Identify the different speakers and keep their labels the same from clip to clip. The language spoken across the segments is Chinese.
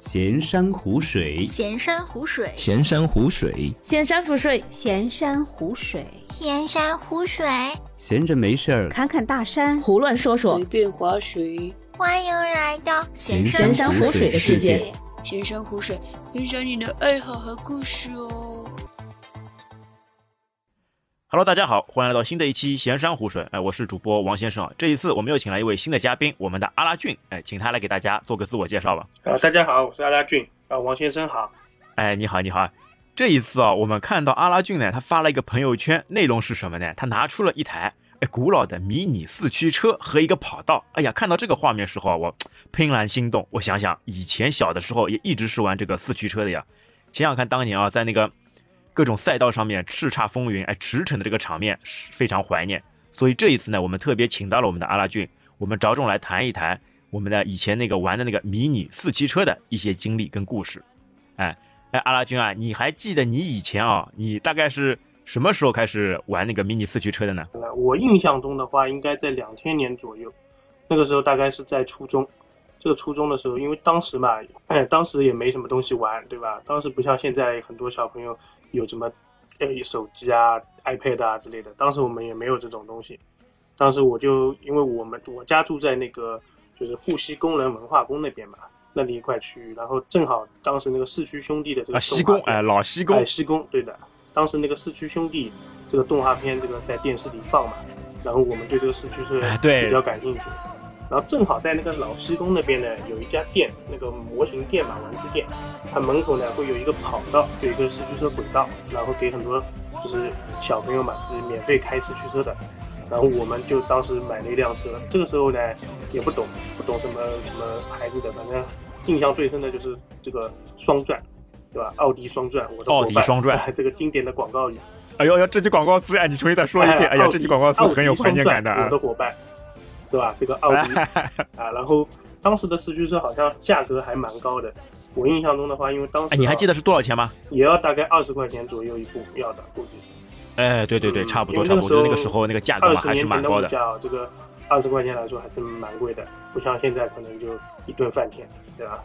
Speaker 1: 闲山湖水，
Speaker 2: 闲山湖水，
Speaker 3: 闲山湖水，
Speaker 4: 闲山湖水，
Speaker 5: 闲山湖水，
Speaker 6: 闲山湖水，
Speaker 1: 闲着没事儿
Speaker 5: 侃侃大山，
Speaker 4: 胡乱说说，
Speaker 7: 随便划水。
Speaker 6: 欢迎来到
Speaker 1: 闲
Speaker 4: 闲山湖水的世界。
Speaker 7: 闲山湖水，分享你的爱好和故事哦。
Speaker 8: Hello，大家好，欢迎来到新的一期《闲山湖水》。哎，我是主播王先生啊。这一次我们又请来一位新的嘉宾，我们的阿拉俊。哎，请他来给大家做个自我介绍吧。
Speaker 9: 啊，大家好，我是阿拉俊。啊，王先生好。
Speaker 8: 哎，你好，你好。这一次啊，我们看到阿拉俊呢，他发了一个朋友圈，内容是什么呢？他拿出了一台哎古老的迷你四驱车和一个跑道。哎呀，看到这个画面时候啊，我怦然心动。我想想，以前小的时候也一直是玩这个四驱车的呀。想想看，当年啊，在那个各种赛道上面叱咤风云，哎，驰骋的这个场面是非常怀念。所以这一次呢，我们特别请到了我们的阿拉俊，我们着重来谈一谈我们的以前那个玩的那个迷你四驱车的一些经历跟故事。哎哎，阿拉俊啊，你还记得你以前啊、你大概是什么时候开始玩那个迷你四驱车的呢？
Speaker 9: 呃我印象中的话，应该在两千年左右，那个时候大概是在初中。这个初中的时候，因为当时嘛，哎， 当时也没什么东西玩，对吧？当时不像现在很多小朋友有什么，呃，手机啊、iPad 啊之类的。当时我们也没有这种东西。当时我就因为我们我家住在那个就是沪西工人文化宫那边嘛，那里一块区域，然后正好当时那个四驱兄弟的这个
Speaker 8: 啊，西工，哎，老西工
Speaker 9: 哎，，施工，对的。当时那个《四驱兄弟》这个动画片，这个在电视里放嘛，然后我们对这个四驱车
Speaker 8: 哎对
Speaker 9: 比较感兴趣。然后正好在那个老施工那边呢，有一家店，那个模型店嘛，玩具店，它门口呢会有一个跑道，有一个四驱车轨道，然后给很多就是小朋友嘛，是免费开四驱车的。然后我们就当时买了一辆车，这个时候呢也不懂，不懂什么什么牌子的，反正印象最深的就是这个双钻，对吧？奥迪双钻，我的伙伴
Speaker 8: 奥迪双钻
Speaker 9: 这个经典的广告语。
Speaker 8: 哎呦哎呦，这句广告词，哎，你重新再 说一遍，哎呀，
Speaker 9: 奥迪
Speaker 8: 这句广
Speaker 9: 哦
Speaker 8: 告词很有怀念感的
Speaker 9: 奥迪
Speaker 8: 啊
Speaker 9: 双钻我。的伙伴，对吧？这个 奥迪啊，然后当时的四驱车好像价格还蛮高的，我印象中的话，因为当时、啊
Speaker 8: 哎，你还记得是多少钱吗？
Speaker 9: 也要大概二十块钱左右一部要的，估计。
Speaker 8: 哎，对对对，
Speaker 9: 嗯
Speaker 8: 差不
Speaker 9: 因
Speaker 8: 多
Speaker 9: 为
Speaker 8: 差
Speaker 9: 那
Speaker 8: 不多，
Speaker 9: 个
Speaker 8: 那个时候那个价格
Speaker 9: 二
Speaker 8: 嘛
Speaker 9: 十
Speaker 8: 还是
Speaker 9: 年前
Speaker 8: 蛮
Speaker 9: 的
Speaker 8: 高
Speaker 9: 物
Speaker 8: 的。
Speaker 9: 价，这个二十块钱来说还是蛮贵的，不像现在可能就一顿饭钱，对吧？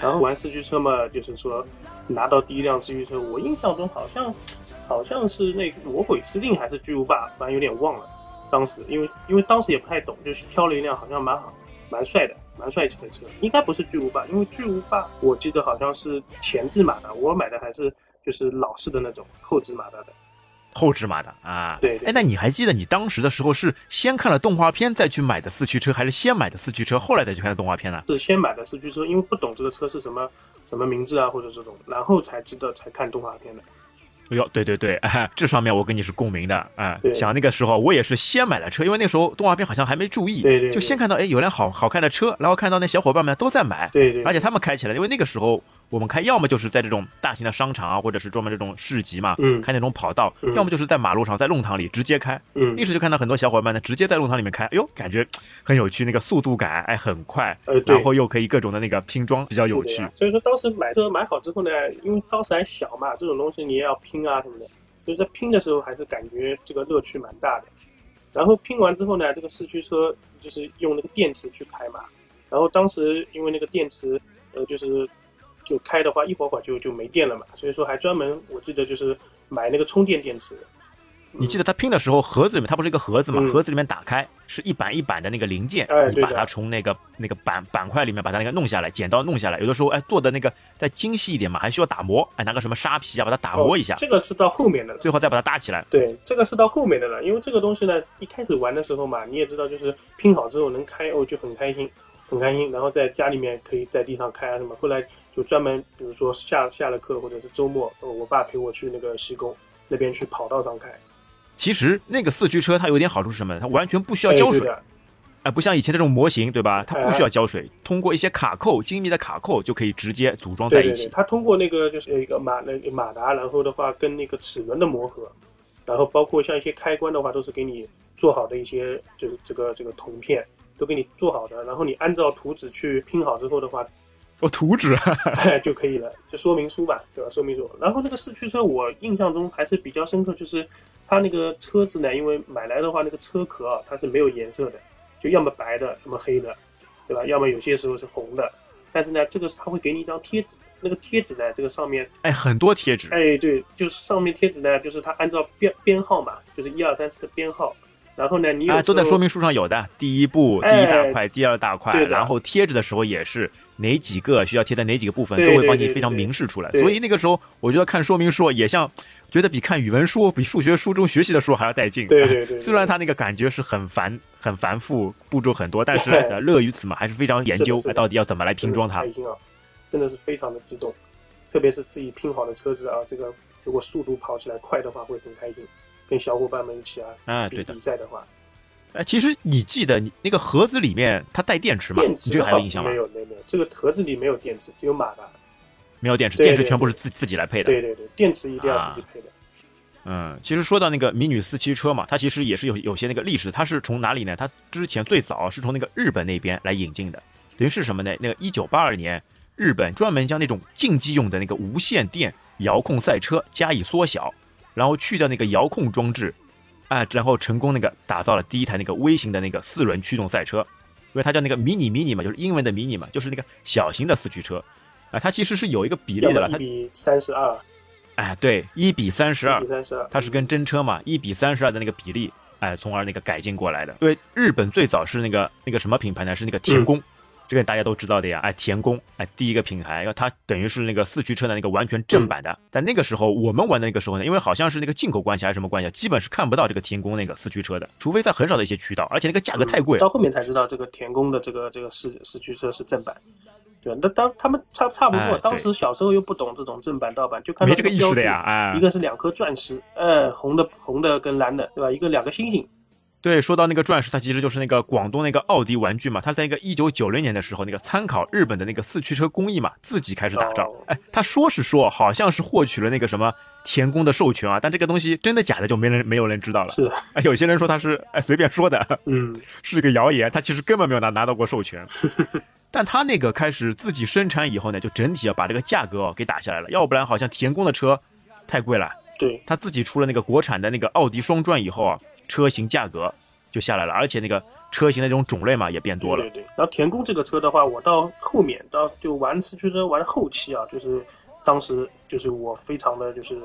Speaker 9: 然后玩四驱车嘛，就是说拿到第一辆四驱车，我印象中好像好像是那个《魔鬼司令》还是《巨无霸》，反正有点忘了。当时因为因为当时也不太懂，就是挑了一辆好像蛮好蛮帅的蛮帅气的车，应该不是巨无霸，因为巨无霸我记得好像是前置马达，我买的还是就是老式的那种后置马达的。
Speaker 8: 后置码的啊。
Speaker 9: 对对
Speaker 8: 哎，那你还记得你当时的时候是先看了动画片再去买的四驱车，还是先买的四驱车后来再去看的动画片呢？
Speaker 9: 是先买的四驱车，因为不懂这个车是什么什么名字啊，或者这种，然后才知道才看动画片的。
Speaker 8: 哎呦，对对对， 哎、这上面我跟你是共鸣的啊、
Speaker 9: 对
Speaker 8: 想那个时候我也是先买了车，因为那时候动画片好像还没注意，
Speaker 9: 对对对
Speaker 8: 就先看到哎有辆好好看的车，然后看到那小伙伴们都在买，
Speaker 9: 对对，
Speaker 8: 而且他们开起来，因为那个时候我们开，要么就是在这种大型的商场啊，或者是专门这种市集嘛，
Speaker 9: 嗯
Speaker 8: 开那种跑道，
Speaker 9: 嗯
Speaker 8: 要么就是在马路上，在弄堂里直接开。
Speaker 9: 嗯
Speaker 8: 那，时就看到很多小伙伴呢，直接在弄堂里面开，哎呦，感觉嘖很有趣，那个速度感哎很快，
Speaker 9: 呃对
Speaker 8: 然后又可以各种的那个拼装，比较有
Speaker 9: 是
Speaker 8: 趣
Speaker 9: 的呀。啊所以说当时买车买好之后呢，因为当时还小嘛，这种东西你也要拼啊什么的，所以在拼的时候还是感觉这个乐趣蛮大的。然后拼完之后呢，这个四驱车就是用那个电池去开嘛，然后当时因为那个电池，呃，就是就开的话一会儿会儿就就没电了嘛，所以说还专门我记得就是买那个充电电池。
Speaker 8: 你记得他拼的时候，盒子里面它不是一个盒子嘛？
Speaker 9: 嗯
Speaker 8: 盒子里面打开是一板一板的那个零件，
Speaker 9: 哎
Speaker 8: 你
Speaker 9: 对
Speaker 8: 把
Speaker 9: 的
Speaker 8: 它从那个那个板板块里面把它那个弄下来，剪刀弄下来。有的时候哎做的那个再精细一点嘛，还需要打磨，哎拿个什么沙皮啊把它打磨一下，
Speaker 9: 哦这个是到后面的，
Speaker 8: 最后再把它搭起来。
Speaker 9: 对，这个是到后面的了，因为这个东西呢，一开始玩的时候嘛，你也知道，就是拼好之后能开哦，就很开心，很开心。然后在家里面可以在地上开啊什么。后来就专门，比如说下下了课或者是周末，呃我爸陪我去那个西工那边去跑道上开，
Speaker 8: 其实那个四驱车它有一点好处是什么呢？它完全不需
Speaker 9: 哎
Speaker 8: 要浇
Speaker 9: 对
Speaker 8: 水，哎
Speaker 9: 的，哎
Speaker 8: 不像以前这种模型，对吧？它不需要浇水，通过一些卡扣、精密的卡扣就可以直接组装在
Speaker 9: 对
Speaker 8: 一
Speaker 9: 对
Speaker 8: 起。
Speaker 9: 对，它通过那个就是有一个马那个马达，然后的话跟那个齿轮的磨合，然后包括像一些开关的话，都是给你做好的一些就是这个这个铜片都给你做好的，然后你按照图纸去拼好之后的话，
Speaker 8: 哦，图纸，
Speaker 9: 就可以了，就说明书吧，对吧？说明书。然后那个四驱车，我印象中还是比较深刻，就是它那个车子呢，因为买来的话，那个车壳啊，它是没有颜色的，就要么白的，要么黑的，对吧？要么有些时候是红的，但是呢，这个他会给你一张贴纸，那个贴纸呢，这个上面，
Speaker 8: 哎，很多贴纸，
Speaker 9: 哎，对，就是上面贴纸呢，就是它按照编编号嘛，就是一二三四的编号，然后呢，你有
Speaker 8: 哎，
Speaker 9: 时
Speaker 8: 都在
Speaker 9: 候
Speaker 8: 说明书上有的。第一步，第
Speaker 9: 哎
Speaker 8: 一大块，第二大块，
Speaker 9: 对的
Speaker 8: 然后贴着的时候也是哪几个需要贴在哪几个部分，
Speaker 9: 对
Speaker 8: 都会
Speaker 9: 对
Speaker 8: 帮你
Speaker 9: 对
Speaker 8: 非常
Speaker 9: 对
Speaker 8: 明示出来。
Speaker 9: 对
Speaker 8: 所以那个时候，我觉得看说明书也像，觉得比看语文书、比数学书中学习的书还要带劲。
Speaker 9: 对对对对
Speaker 8: 虽然它那个感觉是很繁、很繁复，步骤很多，但是呃乐于此嘛，还是非常研究
Speaker 9: 是的
Speaker 8: 哎到底要怎么来拼
Speaker 9: 真的
Speaker 8: 装
Speaker 9: 是
Speaker 8: 它
Speaker 9: 开。心啊，真的是非常的激动，特别是自己拼好的车子啊，这个如果速度跑起来快的话，会很开心。跟小伙伴们一起啊，
Speaker 8: 啊
Speaker 9: 比
Speaker 8: 对的
Speaker 9: 比赛的话，
Speaker 8: 哎，其实你记得你那个盒子里面它带电池吗？
Speaker 9: 电
Speaker 8: 你
Speaker 9: 池
Speaker 8: 这个
Speaker 9: 的
Speaker 8: 还有
Speaker 9: 话
Speaker 8: 印象吗
Speaker 9: 没？有没有没有，这个盒子里没有电池，只有马达。
Speaker 8: 没有电池，
Speaker 9: 对
Speaker 8: 电池
Speaker 9: 对
Speaker 8: 全部
Speaker 9: 对
Speaker 8: 是自自己来配的。
Speaker 9: 对对对，电池一定要自己配的。
Speaker 8: 嗯，其实说到那个迷女四驱车嘛，它其实也是有有些那个历史，它是从哪里呢？它之前最早是从那个日本那边来引进的，等于是什么呢？那个一九八二年，日本专门将那种竞技用的那个无线电遥控赛车加以缩小，然后去掉那个遥控装置，啊，然后成功那个打造了第一台那个微型的那个四轮驱动赛车，因为它叫那个迷你迷你嘛，就是英文的迷你嘛，就是那个小型的四驱车，啊，它其实是有一个比
Speaker 9: 要
Speaker 8: 例的
Speaker 9: 么
Speaker 8: 了，
Speaker 9: 一
Speaker 8: 它
Speaker 9: 比三十二，
Speaker 8: 哎对，一比三十
Speaker 9: 一
Speaker 8: 二
Speaker 9: 比，三十二，
Speaker 8: 它是跟真车嘛一比三十二的那个比例，哎，从而那个改进过来的。因为日本最早是那个那个什么品牌呢？是那个田宫，这个大家都知道的呀。哎，田宫，哎，第一个品牌，因为它等于是那个四驱车的那个完全正版的。但那个时候我们玩的那个时候呢，因为好像是那个进口关系还是什么关系，基本是看不到这个田宫那个四驱车的，除非在很少的一些渠道，而且那个价格太贵
Speaker 9: 嗯到。后面才知道这个田宫的这个这个四四驱车是正版。对，那当他们差差不
Speaker 8: 哎对
Speaker 9: 多，当时小时候又不懂这种正版盗版，就看到
Speaker 8: 没这个意
Speaker 9: 标
Speaker 8: 识
Speaker 9: 志
Speaker 8: 的呀，哎
Speaker 9: 一，个是两颗钻石，呃，红的红的跟蓝的，对吧？一个两个星星，
Speaker 8: 对，说到那个钻石，它其实就是那个广东那个奥迪玩具嘛，它在一个一九九零年的时候，那个参考日本的那个四驱车工艺嘛，自己开始打造
Speaker 9: 哦。
Speaker 8: 哎，他说是说，好像是获取了那个什么田宫的授权啊，但这个东西真的假的就没人没有人知道了。
Speaker 9: 是的，
Speaker 8: 哎，有些人说他是哎随便说的，
Speaker 9: 嗯，
Speaker 8: 是个谣言，他其实根本没有拿拿到过授 权。但他那个开始自己生产以后呢，就整体要把这个价格哦给打下来了，要不然好像田宫的车太贵了。
Speaker 9: 对，
Speaker 8: 他自己出了那个国产的那个奥迪双钻以后啊，车型价格就下来了，而且那个车型的这种种类嘛也变多了
Speaker 9: 对。对对。然后田宫这个车的话，我到后面到就玩四驱车玩后期啊，就是当时就是我非常的就是，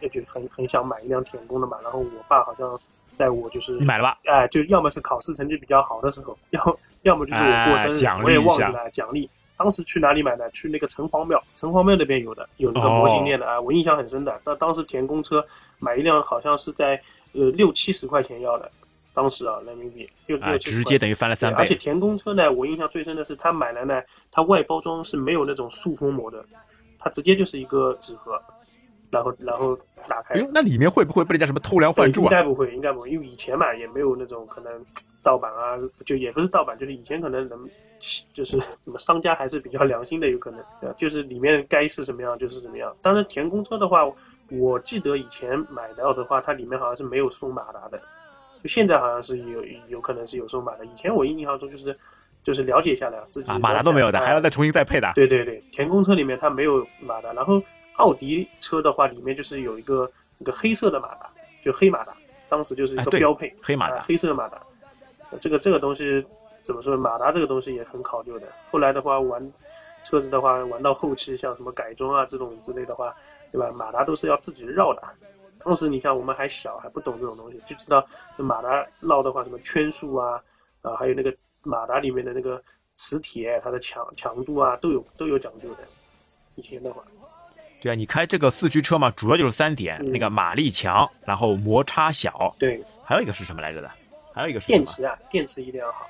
Speaker 9: 也就很很想买一辆田宫的嘛。然后我爸好像在我就是
Speaker 8: 你买了吧？
Speaker 9: 哎，就要么是考试成绩比较好的时候， 要要么就是我过
Speaker 8: 哎
Speaker 9: 生日，
Speaker 8: 奖励
Speaker 9: 我也忘记
Speaker 8: 一下
Speaker 9: 了奖励。当时去哪里买的？去那个城隍庙，城隍庙那边有的，有那个模型店的啊，我印象很深的。那当时田宫车买一辆好像是在呃六七十块钱要的，当时啊人民币六
Speaker 8: 啊，
Speaker 9: 六七
Speaker 8: 直
Speaker 9: 十
Speaker 8: 接
Speaker 9: 块
Speaker 8: 等于翻了
Speaker 9: 对
Speaker 8: 三
Speaker 9: 而且
Speaker 8: 倍。
Speaker 9: 田宫车呢，我印象最深的是它买来呢，它外包装是没有那种塑封膜的，它直接就是一个纸盒，然后然后打开
Speaker 8: 哎呦，那里面会不会被人家什么偷梁换柱
Speaker 9: 应
Speaker 8: 啊？
Speaker 9: 该不会，应该不会，因为以前嘛也没有那种可能 盗版啊，就也不是盗版，就是以前可能能就是怎么商家还是比较良心的，有可能，对吧就是里面该是什么样就是什么样。当然田宫车的话，我记得以前买到的话，它里面好像是没有送马达的，就现在好像是有有可能是有送马达。以前我印象中就是就是了解下来自己
Speaker 8: 啊，马达都没有的，
Speaker 9: 了解
Speaker 8: 还要再重新再配的。
Speaker 9: 对对对，田宫车里面它没有马达，然后奥迪车的话，里面就是有一个那个黑色的马达，就黑马达，当时就是一
Speaker 8: 哎
Speaker 9: 个
Speaker 8: 对
Speaker 9: 标配，
Speaker 8: 黑马
Speaker 9: 啊
Speaker 8: 达，
Speaker 9: 黑色的马达。呃这个这个东西怎么说？马达这个东西也很考究的。后来的话，玩车子的话，玩到后期像什么改装啊这种之类的话，对吧？马达都是要自己绕的。当时你像我们还小，还不懂这种东西，就知道这马达绕的话，什么圈数啊，啊，还有那个马达里面的那个磁铁，它的强强度啊，都有都有讲究的。以前的话，
Speaker 8: 对啊，你开这个四驱车嘛，主要就是三点：
Speaker 9: 嗯
Speaker 8: 那个马力强，然后摩擦小，
Speaker 9: 对
Speaker 8: 还有一个是什么来着的？还有一个是什么
Speaker 9: 电池啊，电池一定要好。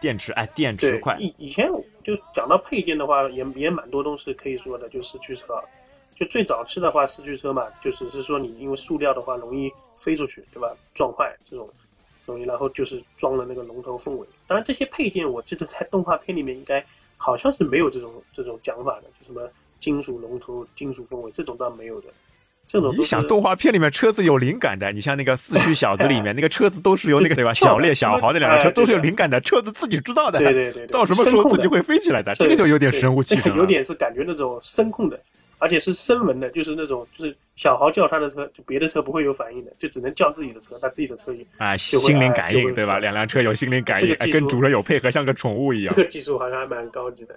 Speaker 8: 电池，哎，电池
Speaker 9: 对，
Speaker 8: 快。
Speaker 9: 以以前我就讲到配件的话，也也蛮多东西可以说的，就四驱车。啊就最早期的话，四驱车嘛，就只是说你因为塑料的话容易飞出去，对吧？撞坏这种东西，然后就是装了那个龙头凤尾。当然这些配件，我记得在动画片里面应该好像是没有这种这种讲法的，就什么金属龙头、金属凤尾这种倒没有的。这种都
Speaker 8: 你
Speaker 9: 是
Speaker 8: 想动画片里面车子有灵感的，你像那个四驱小子里面那个车子都是由那个对 吧，
Speaker 9: 跳的
Speaker 8: 小烈、小豪那两个车
Speaker 9: 哎
Speaker 8: 都是有
Speaker 9: 对的
Speaker 8: 灵感的，车子自己知道的，
Speaker 9: 对对对对
Speaker 8: 到什么时候自己会飞起来的，这个就有点
Speaker 9: 对
Speaker 8: 神乎其神了。
Speaker 9: 有点是感觉那种声控的，而且是声纹的，就是那种就是小豪叫他的车，就别的车不会有反应的，就只能叫自己的车，他自己的车有。
Speaker 8: 啊，
Speaker 9: 就会
Speaker 8: 心灵
Speaker 9: 哎
Speaker 8: 感
Speaker 9: 就
Speaker 8: 应
Speaker 9: 会
Speaker 8: 对吧？两辆车有心灵感
Speaker 9: 这
Speaker 8: 应
Speaker 9: 个，
Speaker 8: 哎
Speaker 9: 技术
Speaker 8: 跟主人有配合，像个宠物一样
Speaker 9: 这。个技术好像还蛮高级的。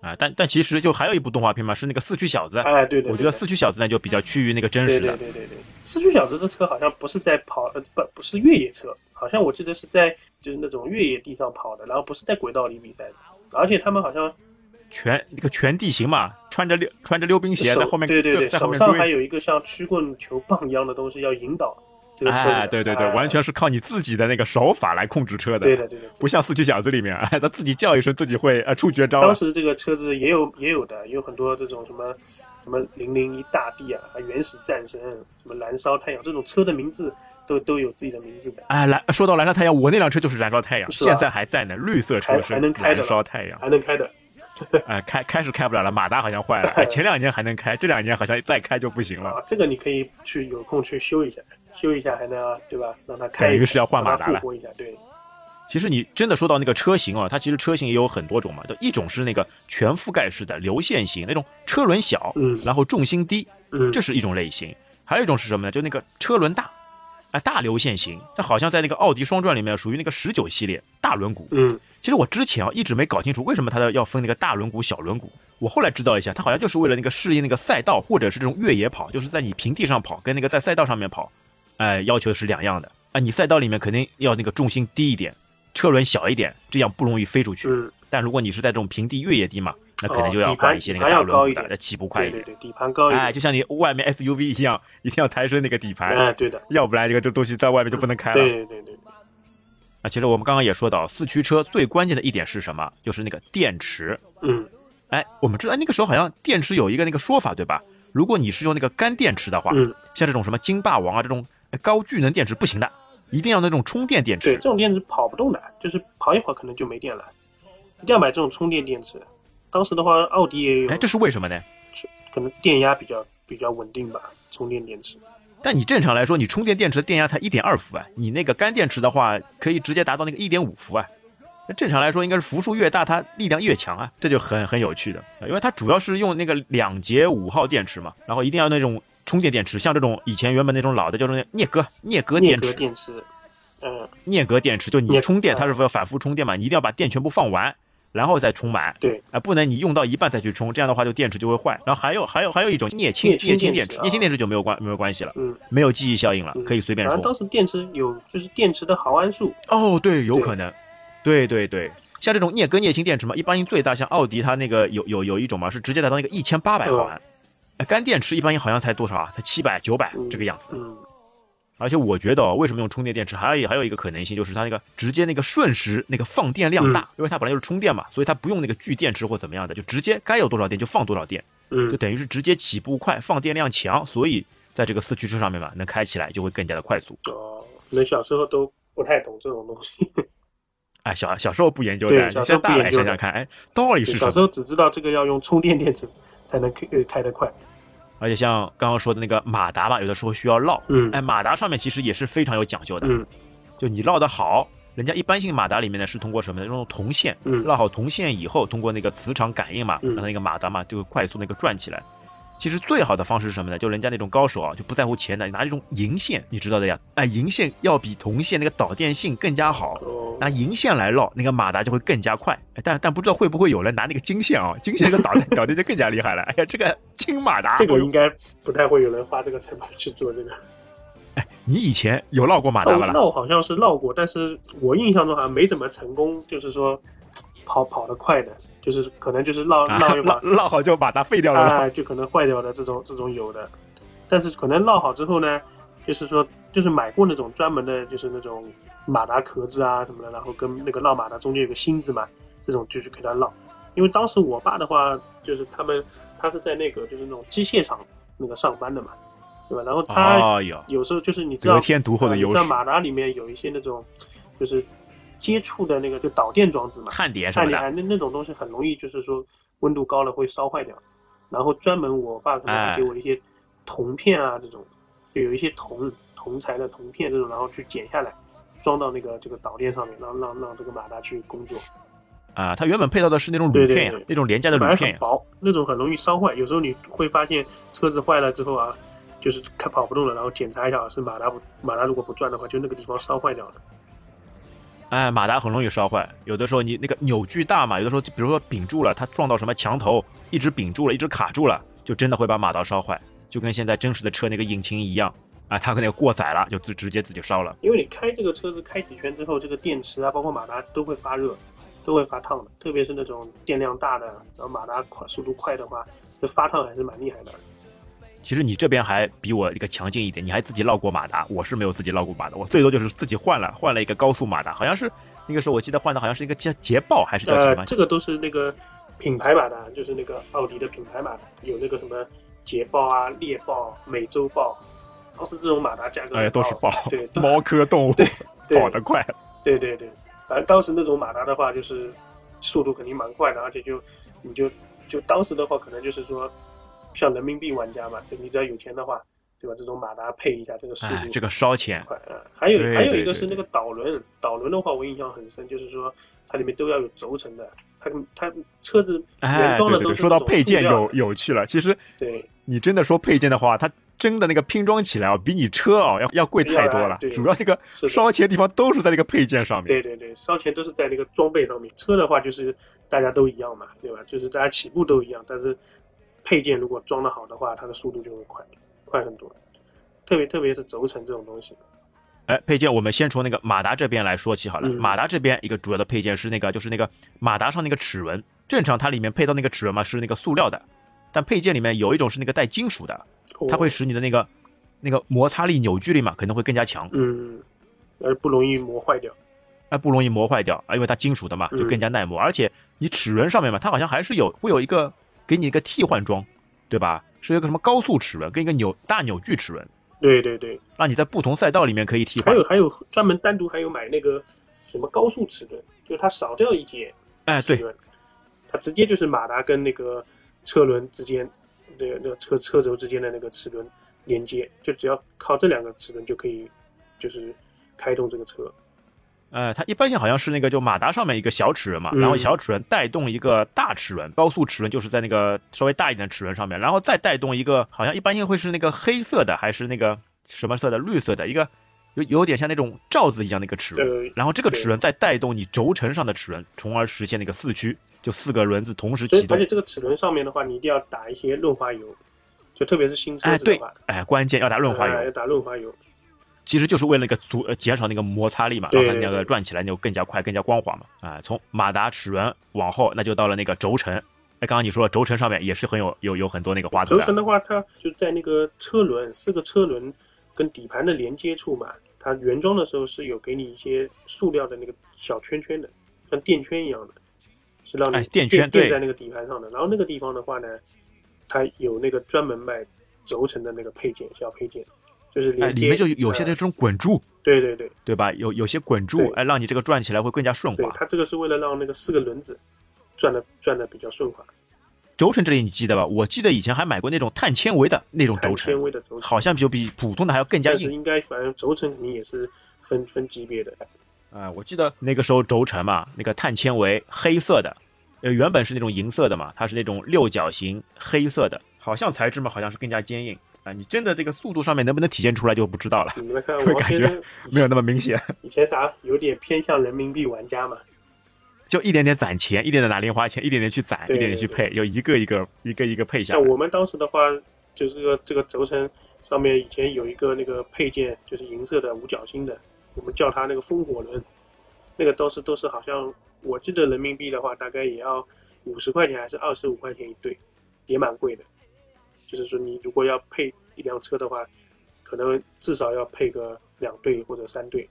Speaker 8: 啊，但但其实就还有一部动画片嘛，是那个四驱小子。
Speaker 9: 哎，对对对，
Speaker 8: 我觉得
Speaker 9: 对
Speaker 8: 四驱小子呢就比较趋于那个真实啊
Speaker 9: 对对
Speaker 8: 的，
Speaker 9: 对对对，四驱小子的车好像不是在跑，呃，不不是越野车，好像我记得是在就是那种越野地上跑的，然后不是在轨道里比赛的，而且他们好像
Speaker 8: 全那个全地形嘛，穿着溜穿着溜冰鞋
Speaker 9: 手
Speaker 8: 在后面
Speaker 9: 对对对，
Speaker 8: 在在后
Speaker 9: 手
Speaker 8: 面
Speaker 9: 上还
Speaker 8: 追。
Speaker 9: 有一个像曲棍球棒一样的东西要引导这个车子的，
Speaker 8: 哎，对对对，
Speaker 9: 哎
Speaker 8: 完全是靠你自己的那个手法来控制车的。
Speaker 9: 对的对的。
Speaker 8: 不像四驱小子里面，哎，他自己叫一声自己会呃出绝招
Speaker 9: 当
Speaker 8: 了。
Speaker 9: 时这个车子也有也有的，也有很多这种什么什么零零一大地啊、原始战神、什么燃烧太阳这种车的名字都都有自己的名字的。
Speaker 8: 哎，来说到燃烧太阳，我那辆车就是燃烧太阳，
Speaker 9: 是吧
Speaker 8: 现在还在呢，绿色车
Speaker 9: 还
Speaker 8: 身
Speaker 9: 还能开着
Speaker 8: 燃烧太阳。
Speaker 9: 还能开的，
Speaker 8: 哎，开开是开不了了，马达好像坏了。哎，前两年还能开，这两年好像再开就不行了。
Speaker 9: 啊，这个你可以去有空去修一下，修一下还能对吧？让它开一下，
Speaker 8: 等于是要换马达
Speaker 9: 让它
Speaker 8: 了
Speaker 9: 复活一下，对，
Speaker 8: 其实你真的说到那个车型啊，它其实车型也有很多种嘛，就一种是那个全覆盖式的流线型，那种车轮小，
Speaker 9: 嗯
Speaker 8: 然后重心低，
Speaker 9: 嗯，
Speaker 8: 这是一种类型。还有一种是什么呢？就那个车轮大，啊，大流线型，它好像在那个奥迪双钻里面属于那个十九系列大轮毂。
Speaker 9: 嗯
Speaker 8: 其实我之前啊一直没搞清楚为什么它要分那个大轮毂、小轮毂。我后来知道一下，它好像就是为了那个适应那个赛道或者是这种越野跑，就是在你平地上跑跟那个在赛道上面跑，哎、要求是两样的。啊，你赛道里面肯定要那个重心低一点，车轮小一点，这样不容易飞出去。
Speaker 9: 嗯，
Speaker 8: 但如果你是在这种平地越野地嘛，那可能就
Speaker 9: 哦
Speaker 8: 要
Speaker 9: 底盘
Speaker 8: 换一些那个
Speaker 9: 底盘
Speaker 8: 大
Speaker 9: 要
Speaker 8: 轮
Speaker 9: 高
Speaker 8: 毂
Speaker 9: 一
Speaker 8: 的，
Speaker 9: 点
Speaker 8: 那起步快
Speaker 9: 对
Speaker 8: 一
Speaker 9: 对
Speaker 8: 点。
Speaker 9: 哦对，底盘高一
Speaker 8: 哎，
Speaker 9: 点，
Speaker 8: 就像你外面 SUV 一样，一定要抬升那个底盘，
Speaker 9: 哎，对的，
Speaker 8: 要不然这个这东西在外面就不能开了。
Speaker 9: 对对对对，
Speaker 8: 啊，其实我们刚刚也说到，四驱车最关键的一点是什么？就是那个电池。
Speaker 9: 嗯
Speaker 8: 哎，我们知道那个时候好像电池有一个那个说法，对吧？如果你是用那个干电池的话，
Speaker 9: 嗯，
Speaker 8: 像这种什么金霸王啊这种呃高聚能电池不行的，一定要那种充电电
Speaker 9: 对，
Speaker 8: 池
Speaker 9: 这。种电池跑不动的，就是跑一会儿可能就没电了，一定要买这种充电电池。当时的话，奥迪也有
Speaker 8: 哎，，这是为什么呢？
Speaker 9: 可能电压比较比较稳定吧，充电电池。
Speaker 8: 但你正常来说，你充电电池的电压才一点二伏啊，你那个干电池的话，可以直接达到那个一点五伏啊。那正常来说，应该是伏数越大，它力量越强啊，这就很很有趣的，啊因为它主要是用那个两节五号电池嘛，然后一定要那种充电电池，像这种以前原本那种老的叫做那镍镉镍镉
Speaker 9: 镍
Speaker 8: 电
Speaker 9: 镉
Speaker 8: 池，啊
Speaker 9: 电池，嗯，
Speaker 8: 镍镉电池，就你
Speaker 9: 镍
Speaker 8: 充电，
Speaker 9: 嗯
Speaker 8: 它是要反复充电嘛，你一定要把电全部放完，然后再充满。
Speaker 9: 对，
Speaker 8: 啊，不能你用到一半再去充，这样的话就电池就会坏。然后还有还有还有一种镍氢
Speaker 9: 镍氢
Speaker 8: 镍氢电
Speaker 9: 电
Speaker 8: 池啊
Speaker 9: 池，
Speaker 8: 镍氢电池就没有关没有关系了，
Speaker 9: 嗯，
Speaker 8: 没有记忆效应了，可以随便
Speaker 9: 反正当
Speaker 8: 充。
Speaker 9: 时电池有就是电池的毫安数，
Speaker 8: 哦，对，有
Speaker 9: 对
Speaker 8: 可能，对对对。像这种镍镉镍氢电池嘛，一般最大像奥迪它那个有有有一种嘛，是直接达到那个一千八百毫安，呃干电池一般好像才多少啊？才七百九百
Speaker 9: 嗯
Speaker 8: 这个样子。
Speaker 9: 嗯，
Speaker 8: 而且我觉得、哦，为什么用充电电池，还有一还有一个可能性，就是它那个直接那个瞬时那个放电量
Speaker 9: 嗯
Speaker 8: 大，因为它本来就是充电嘛，所以它不用那个聚电池或怎么样的，就直接该有多少电就放多少电，
Speaker 9: 嗯
Speaker 8: 就，等于是直接起步快，放电量强，所以在这个四驱车上面嘛，能开起来就会更加的快速。
Speaker 9: 哦，可能小时候都不太懂这种东西，
Speaker 8: 哎，小小时候不研究的，
Speaker 9: 对
Speaker 8: 你
Speaker 9: 小
Speaker 8: 现在
Speaker 9: 时候不
Speaker 8: 大了
Speaker 9: 研究
Speaker 8: 想
Speaker 9: 的
Speaker 8: 想看，哎，道理是什
Speaker 9: 小时
Speaker 8: 么？
Speaker 9: 候只知道这个要用充电电池才能开呃开得快，
Speaker 8: 而且像刚刚说的那个马达吧，有的时候需要绕，
Speaker 9: 嗯
Speaker 8: 哎，马达上面其实也是非常有讲究的，
Speaker 9: 嗯
Speaker 8: 就你绕得好，人家一般性马达里面呢是通过什么呢？用铜线，
Speaker 9: 嗯
Speaker 8: 绕好铜线以后，通过那个磁场感应嘛，
Speaker 9: 嗯
Speaker 8: 让它那个马达嘛就会快速那个转起来。其实最好的方式是什么呢？就人家那种高手啊，就不在乎钱的，拿这种银线，你知道的呀，哎，银线要比铜线那个导电性更加好。
Speaker 9: 哦，
Speaker 8: 拿银线来绕，那个马达就会更加快。哎但但不知道会不会有人拿那个金线啊、 金线这个导电导电就更加厉害了。哎呀，这个金马达，
Speaker 9: 这个应该不太会有人花这个成本去做这个。
Speaker 8: 你以前有绕过马达
Speaker 9: 哦
Speaker 8: 吧，啦
Speaker 9: 那？我好像是绕过，但是我印象中好像没怎么成功，就是说跑跑得快的，就是可能就是绕
Speaker 8: 啊
Speaker 9: 绕一 会
Speaker 8: 绕
Speaker 9: 儿，
Speaker 8: 绕好就马达废掉了。
Speaker 9: 啊，就可能坏掉的这种这种有的，但是可能绕好之后呢，就是说就是买过那种专门的，就是那种马达壳子啊什么的，然后跟那个绕马达中间有个芯子嘛，这种就去给它绕。因为当时我爸的话，就是他们他是在那个就是那种机械厂那个上班的嘛，对吧？然后他
Speaker 8: 哎呦，
Speaker 9: 有时候就是你知
Speaker 8: 得
Speaker 9: 道
Speaker 8: 天独厚的
Speaker 9: 呃
Speaker 8: 优
Speaker 9: 你知道
Speaker 8: 势
Speaker 9: 马达里面有一些那种就是接触的那个就导电装置嘛，
Speaker 8: 碳点什
Speaker 9: 看
Speaker 8: 么
Speaker 9: 你
Speaker 8: 的，
Speaker 9: 还那那种东西很容易就是说温度高了会烧坏掉。然后专门我爸可能
Speaker 8: 哎
Speaker 9: 还给我一些铜片啊这种，就有一些铜铜材的铜片这种，然后去剪下来。装到那个这个导电上面，让让让这个马达去工作，
Speaker 8: 啊，它原本配到的是那种铝
Speaker 9: 对对
Speaker 8: 片呀
Speaker 9: 对，
Speaker 8: 那种廉价的
Speaker 9: 反
Speaker 8: 铝
Speaker 9: 而
Speaker 8: 片
Speaker 9: 很
Speaker 8: 呀。
Speaker 9: 薄，那种很容易烧坏。有时候你会发现车子坏了之后啊，就是开跑不动了，然后检查一下是马达不马达如果不转的话，就那个地方烧坏掉了。
Speaker 8: 哎，马达很容易烧坏，有的时候你那个扭矩大嘛，有的时候就比如说顶住了，它撞到什么墙头，一直顶住了，一直卡住了，就真的会把马达烧坏，就跟现在真实的车那个引擎一样啊，它可能过载了，就自直接自己烧了。
Speaker 9: 因为你开这个车子开几圈之后，这个电池啊，包括马达都会发热，都会发烫的。特别是那种电量大的，然后马达快速度快的话，这发烫还是蛮厉害的。
Speaker 8: 其实你这边还比我那个强劲一点，你还自己绕过马达，我是没有自己绕过马达，我最多就是自己换了换了一个高速马达，好像是那个时候我记得换的好像是一个叫捷豹还是叫什么
Speaker 9: 呃，？这个都是那个品牌马达，就是那个奥迪的品牌马达，有那个什么捷豹啊、猎豹、美洲豹，都是这种马达价格很高。
Speaker 8: 哎，都是豹
Speaker 9: 对，，都
Speaker 8: 猫科动物，
Speaker 9: 对
Speaker 8: 跑得快。
Speaker 9: 对对对，反正当时那种马达的话，就是速度肯定蛮快的，而且就你就就当时的话，可能就是说像人民币玩家嘛，就你只要有钱的话，对吧？这种马达配一下，这个速
Speaker 8: 哎
Speaker 9: 度，
Speaker 8: 这个烧钱，
Speaker 9: 快。啊，还有
Speaker 8: 对
Speaker 9: 还有
Speaker 8: 对
Speaker 9: 一个是
Speaker 8: 对
Speaker 9: 那个导轮，导轮的话我印象很深，就是说它里面都要有轴承的，它它车子
Speaker 8: 哎，
Speaker 9: 原
Speaker 8: 对
Speaker 9: 装的
Speaker 8: 对
Speaker 9: 都
Speaker 8: 对，
Speaker 9: 是
Speaker 8: 说到配件
Speaker 9: 这
Speaker 8: 有
Speaker 9: 种塑料的
Speaker 8: 有趣了。其实
Speaker 9: 对
Speaker 8: 你真的说配件的话，它真的那个拼装起来啊，比你车啊要要贵太多
Speaker 9: 要
Speaker 8: 了
Speaker 9: 啊。对
Speaker 8: 主要这个
Speaker 9: 是的
Speaker 8: 烧钱的地方都是在那个配件上面。
Speaker 9: 对对对，烧钱都是在那个装备上面。车的话就是大家都一样嘛，对吧？就是大家起步都一样，但是配件如果装的好的话，它的速度就会快，快很多。特别特别是轴承这种东西，
Speaker 8: 哎，配件我们先从那个马达这边来说起好了。
Speaker 9: 嗯
Speaker 8: 马达这边一个主要的配件是那个，就是那个马达上那个齿轮，正常它里面配到那个齿轮嘛是那个塑料的，但配件里面有一种是那个带金属的，
Speaker 9: 哦
Speaker 8: 它会使你的那个那个摩擦力、扭矩力嘛可能会更加强，
Speaker 9: 嗯，而不容易磨坏掉。
Speaker 8: 哎，不容易磨坏掉啊，因为它金属的嘛，
Speaker 9: 嗯
Speaker 8: 就更加耐磨。而且你齿轮上面嘛，它好像还是有会有一个给你一个替换装，对吧？是一个什么高速齿轮跟一个扭大扭矩齿轮，
Speaker 9: 对对对，
Speaker 8: 让你在不同赛道里面可以替
Speaker 9: 还
Speaker 8: 换
Speaker 9: 有。还有专门单独还有买那个什么高速齿轮，就是它少掉一节
Speaker 8: 哎，
Speaker 9: 齿
Speaker 8: 对，
Speaker 9: 轮，它直接就是马达跟那个车轮之间，那个那个车车轴之间的那个齿轮连接，就只要靠这两个齿轮就可以，就是开动这个车。
Speaker 8: 呃，它一般性好像是那个就马达上面一个小齿轮嘛，
Speaker 9: 嗯
Speaker 8: 然后小齿轮带动一个大齿轮，高速齿轮就是在那个稍微大一点的齿轮上面，然后再带动一个，好像一般性会是那个黑色的还是那个什么色的，绿色的一个。有有点像那种罩子一样的一个齿轮
Speaker 9: 对，
Speaker 8: 嗯然后这个齿轮再带动你轴承上的齿轮，从而实现那个四驱，就四个轮子同时
Speaker 9: 所
Speaker 8: 启
Speaker 9: 以，而
Speaker 8: 动
Speaker 9: 且。这个齿轮上面的话，你一定要打一些润滑油，就特别是新车
Speaker 8: 哎，
Speaker 9: 子的
Speaker 8: 对
Speaker 9: 话，，
Speaker 8: 哎，关键要打润滑
Speaker 9: 呃要
Speaker 8: 油，
Speaker 9: 打润滑油。
Speaker 8: 其实就是为了那个阻呃减少那个摩擦力嘛，
Speaker 9: 对
Speaker 8: 让它那个转起来就更加快、更加光滑嘛。啊、从马达齿轮往后，那就到了那个轴承。哎，刚刚你说了轴承上面也是很有有有很多那个花头
Speaker 9: 轴承
Speaker 8: 啊的。
Speaker 9: 的话，它就在那个车轮四个车轮跟底盘的连接处嘛，它原装的时候是有给你一些塑料的那个小圈圈的，像垫圈一样的，是让你
Speaker 8: 哎垫圈对
Speaker 9: 垫在那个底盘上的。然后那个地方的话呢，它有那个专门卖轴承的那个配件小配件，就是
Speaker 8: 哎，
Speaker 9: 连接
Speaker 8: 里面就有有些
Speaker 9: 呃
Speaker 8: 那种滚珠，
Speaker 9: 对对对
Speaker 8: 对吧？有有些滚珠
Speaker 9: 对，
Speaker 8: 哎，让你这个转起来会更加顺
Speaker 9: 对
Speaker 8: 滑，。
Speaker 9: 它这个是为了让那个四个轮子转的转的比较顺滑，
Speaker 8: 轴承这里你记得吧？我记得以前还买过那种碳纤维的那种哦轴
Speaker 9: 碳纤
Speaker 8: 承，
Speaker 9: 维的轴承，
Speaker 8: 好像就比普通的还要更加
Speaker 9: 但
Speaker 8: 硬
Speaker 9: 是。应该反正轴承肯定也是分分级别的。呃
Speaker 8: 啊，我记得那个时候轴承嘛，那个碳纤维黑色的，呃，原本是那种银色的嘛，它是那种六角形黑色的，好像材质嘛，好像是更加坚硬啊。你真的这个速度上面能不能体现出来就不知道了，
Speaker 9: 你 们看
Speaker 8: 会
Speaker 9: 王
Speaker 8: 感
Speaker 9: 先
Speaker 8: 觉
Speaker 9: 生
Speaker 8: 没有那么明显，
Speaker 9: 以前啥有点偏向人民币玩家嘛，
Speaker 8: 就一点点攒钱，一点点拿零花钱，一点点去攒，
Speaker 9: 对
Speaker 8: 一点点去配，有一个一个一个一个配下
Speaker 9: 像
Speaker 8: 来。
Speaker 9: 我们当时的话，就是这个这个轴承上面以前有一个那个配件，就是银色的五角星的，我们叫它那个风火轮，那个都是都是好像我记得人民币的话，大概也要五十块钱还是二十五块钱一对，也蛮贵的。就是说你如果要配一辆车的话，可能至少要配个两对或者三对。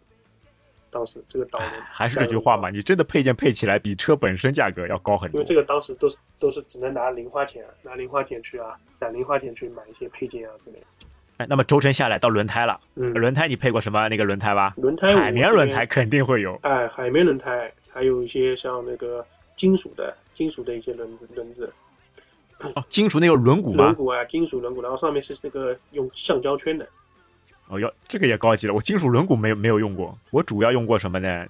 Speaker 9: 当时这个导轮
Speaker 8: 哎还是这句话嘛，，你真的配件配起来比车本身价格要高很
Speaker 9: 因
Speaker 8: 多
Speaker 9: 为。这个当时都是都是只能拿零花钱、啊，拿零花钱去啊，攒零花钱去买一些配件啊之类的。
Speaker 8: 哎，那么轴承下来到轮胎了，
Speaker 9: 嗯，
Speaker 8: 轮胎你配过什么那个轮胎吧？
Speaker 9: 轮胎我
Speaker 8: 海绵
Speaker 9: 这边
Speaker 8: 轮胎，肯定会有。
Speaker 9: 哎，海绵轮胎，还有一些像那个金属的金属的一些轮子轮子
Speaker 8: 哦，金属那个轮毂
Speaker 9: 轮
Speaker 8: 吗？
Speaker 9: 毂啊，金属轮毂，然后上面是那个用橡胶圈的，
Speaker 8: 哦哟，这个也高级了。我金属轮毂没有没有用过，我主要用过什么呢？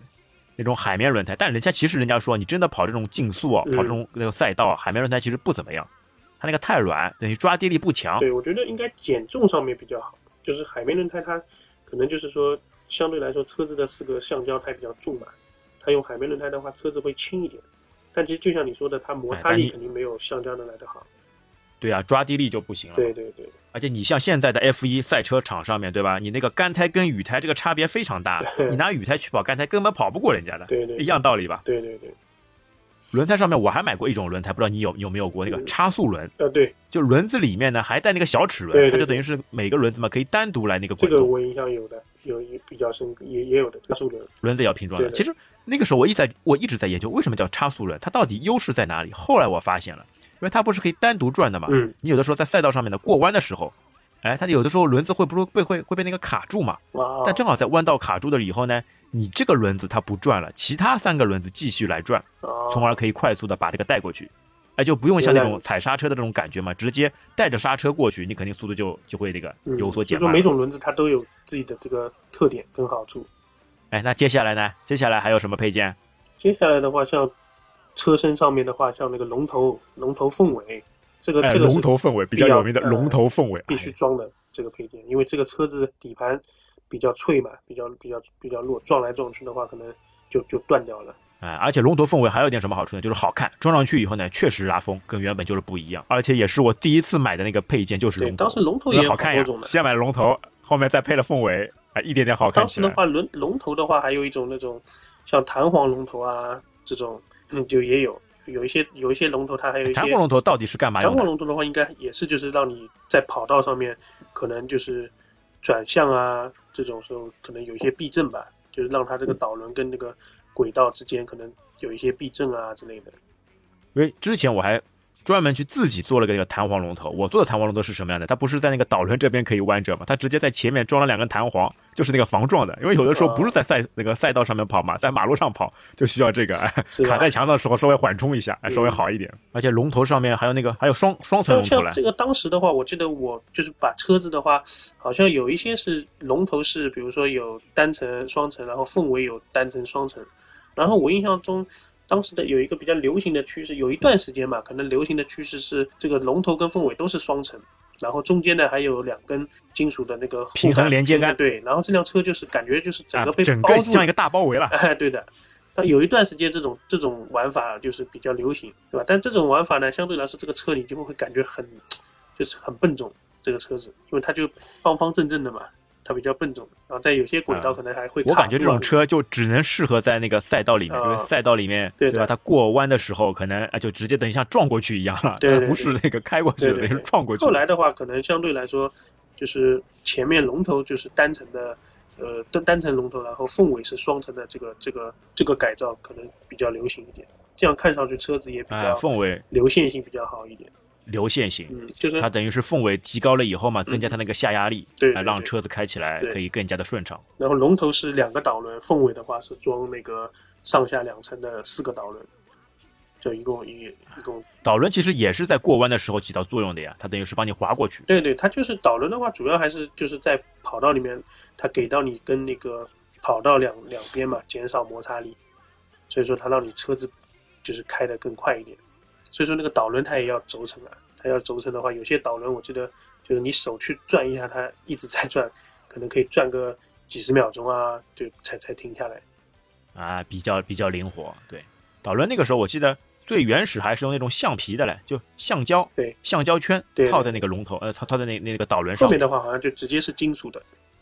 Speaker 8: 那种海绵轮胎。但人家其实人家说，你真的跑这种竞速啊，
Speaker 9: 嗯
Speaker 8: 跑这种那个赛道啊，海绵轮胎其实不怎么样，它那个太软，等于抓地力不强。
Speaker 9: 对，我觉得应该减重上面比较好，就是海绵轮胎它可能就是说相对来说车子的四个橡胶胎比较重嘛，它用海绵轮胎的话，车子会轻一点。但其实就像你说的，它摩
Speaker 8: 哎
Speaker 9: 擦
Speaker 8: 但
Speaker 9: 力
Speaker 8: 你
Speaker 9: 肯定没有橡胶的来得好。
Speaker 8: 对啊，抓地力就不行了。
Speaker 9: 对，对对，
Speaker 8: 而且你像现在的 F 1赛车场上面，对吧？你那个干胎跟雨胎这个差别非常大，你拿雨胎去跑干胎根本跑不过人家的，
Speaker 9: 对对对
Speaker 8: 一样道理吧？
Speaker 9: 对对对，
Speaker 8: 轮胎上面我还买过一种轮胎，不知道你有有没有过那个差速轮，
Speaker 9: 啊对，
Speaker 8: 就轮子里面呢还带那个小齿轮，
Speaker 9: 对对
Speaker 8: 它就
Speaker 9: 对
Speaker 8: 等于是每个轮子嘛可以单独来那个
Speaker 9: 这
Speaker 8: 滚
Speaker 9: 个
Speaker 8: 动，
Speaker 9: 我印象有的，有也比较深，也也有的加速轮。
Speaker 8: 轮子也要拼装的。
Speaker 9: 对对
Speaker 8: 其实那个时候我一直在我一直在研究为什么叫差速轮，它到底优势在哪里？后来我发现了，因为它不是可以单独转的嘛，
Speaker 9: 嗯
Speaker 8: 你有的时候在赛道上面的过弯的时候。哎，它有的时候轮子会不会被会会被那个卡住嘛？
Speaker 9: 哇，哦
Speaker 8: 但正好在弯道卡住了以后呢，你这个轮子它不转了，其他三个轮子继续来转，
Speaker 9: 啊
Speaker 8: 从而可以快速的把这个带过去。哎，就不用像那
Speaker 9: 原来
Speaker 8: 种
Speaker 9: 如此
Speaker 8: 踩刹车的这种感觉嘛，直接带着刹车过去，你肯定速度就就会那个
Speaker 9: 嗯
Speaker 8: 有所
Speaker 9: 就
Speaker 8: 减
Speaker 9: 说
Speaker 8: 慢
Speaker 9: 每
Speaker 8: 了。
Speaker 9: 种轮子它都有自己的这个特点跟好处。
Speaker 8: 哎，那接下来呢？接下来还有什么配件？
Speaker 9: 接下来的话，像车身上面的话，像那个龙头、龙头凤尾，这个、这个是
Speaker 8: 凤哎尾比
Speaker 9: 较有名的龙头
Speaker 8: 凤尾哎
Speaker 9: 必须装的这个配件，因为这个车子底盘比较脆嘛，比较比较比较弱，撞来撞去的话，可能就就断掉了。
Speaker 8: 哎，而且龙头凤尾还有一点什么好处呢？就是好看，装上去以后呢，确实拉啊风，跟原本就是不一样。而且也是我第一次买的那个配件，就是
Speaker 9: 对，
Speaker 8: 龙头，
Speaker 9: 当时龙头
Speaker 8: 因
Speaker 9: 也
Speaker 8: 为
Speaker 9: 有
Speaker 8: 好
Speaker 9: 好
Speaker 8: 看
Speaker 9: 多
Speaker 8: 呀
Speaker 9: 种，的。
Speaker 8: 先买了龙头，后面再配了凤尾，哎，一点点好看
Speaker 9: 当
Speaker 8: 起
Speaker 9: 时
Speaker 8: 来
Speaker 9: 的。话，轮龙头的话，还有一种那种像弹簧龙头啊这种，嗯，就也有有一些有一些龙头，它还有一些
Speaker 8: 弹哎簧龙头到底是干嘛
Speaker 9: 弹
Speaker 8: 用
Speaker 9: 簧
Speaker 8: 的？
Speaker 9: 龙头的话，应该也是就是让你在跑道上面，可能就是转向啊这种时候，可能有一些避震吧，就是让它这
Speaker 8: 嗯
Speaker 9: 个导轮跟那个轨道之间可能有一些避震啊之类的。
Speaker 8: 因为之前我还专门去自己做了个那个弹簧龙头。我做的弹簧龙头是什么样的？它不是在那个导轮这边可以弯折嘛？它直接在前面装了两根弹簧，就是那个防撞的。因为有的时候不是在赛那个赛道上面跑嘛，在马路上跑就需要这个，哎
Speaker 9: 是，吧嗯
Speaker 8: 卡在墙上的时候稍微缓冲一下，哎，稍微好一点。而且龙头上面还有那个还有双双层
Speaker 9: 像
Speaker 8: 龙头
Speaker 9: 像
Speaker 8: 嘞
Speaker 9: 这，个当时的话，我记得我就是把车子的话，好像有一些是龙头是，比如说有单层、双层，然后凤尾有单层、双层。然后我印象中，当时的有一个比较流行的趋势，有一段时间嘛，可能流行的趋势是这个龙头跟凤尾都是双层，然后中间呢还有两根金属的那个护杆
Speaker 8: 平衡连接杆
Speaker 9: 对，然后这辆车就是感觉就是整
Speaker 8: 啊
Speaker 9: 个被，
Speaker 8: 整
Speaker 9: 包
Speaker 8: 个
Speaker 9: 住
Speaker 8: 像一个大包围了。
Speaker 9: 哎， 对的。但有一段时间，这种这种玩法就是比较流行，对吧？但这种玩法呢，相对来说，这个车你就会感觉很，就是很笨重。这个车子，因为它就方方正正的嘛，它比较笨重。然后在有些轨道
Speaker 8: 嗯
Speaker 9: 可能还会卡住啊、
Speaker 8: 我感觉这种车就只能适合在那个赛道里面，因为
Speaker 9: 啊
Speaker 8: 赛道里面
Speaker 9: 对
Speaker 8: 吧？
Speaker 9: 的
Speaker 8: 它过弯的时候可能啊就直接等于像撞过去一样了，
Speaker 9: 对对对
Speaker 8: 不是那个开过去，
Speaker 9: 对
Speaker 8: 等
Speaker 9: 对
Speaker 8: 于
Speaker 9: 对
Speaker 8: 是撞过去。
Speaker 9: 后来的话，可能相对来说，就是前面龙头就是单层的，呃，单单层龙头，然后凤尾是双层的，这个这个这个改造可能比较流行一点。这样看上去车子也比
Speaker 8: 啊，
Speaker 9: 较
Speaker 8: 凤尾
Speaker 9: 流线性比较好一点。
Speaker 8: 流线型，
Speaker 9: 嗯，就是
Speaker 8: 它等于是凤尾提高了以后嘛，增加它那个下压力，
Speaker 9: 对对
Speaker 8: 啊
Speaker 9: 对
Speaker 8: 让车子开起来
Speaker 9: 对
Speaker 8: 可以更加的顺畅。
Speaker 9: 然后龙头是两个导轮，凤尾的话是装那个上下两层的四个导轮，就一共一一共，
Speaker 8: 导轮其实也是在过弯的时候起到作用的呀，它等于是帮你滑过去。
Speaker 9: 对对，它就是导轮的话，主要还是就是在跑道里面，它给到你跟那个跑道两两边嘛，减少摩擦力，所以说它让你车子就是开得更快一点，所以说那个导轮它也要轴承啊，它要轴承的话，有些导轮我记得就是你手去转一下，它一直在转，可能可以转个几十秒钟啊，就才才停下来。
Speaker 8: 啊，比较比较灵活。对，导轮那个时候我记得最原始还是用那种橡皮的嘞，就橡胶，
Speaker 9: 对，
Speaker 8: 橡胶圈
Speaker 9: 对对
Speaker 8: 套在那个龙头，呃，套套在那那个导轮
Speaker 9: 后
Speaker 8: 上
Speaker 9: 面的话好像就直接是金属的，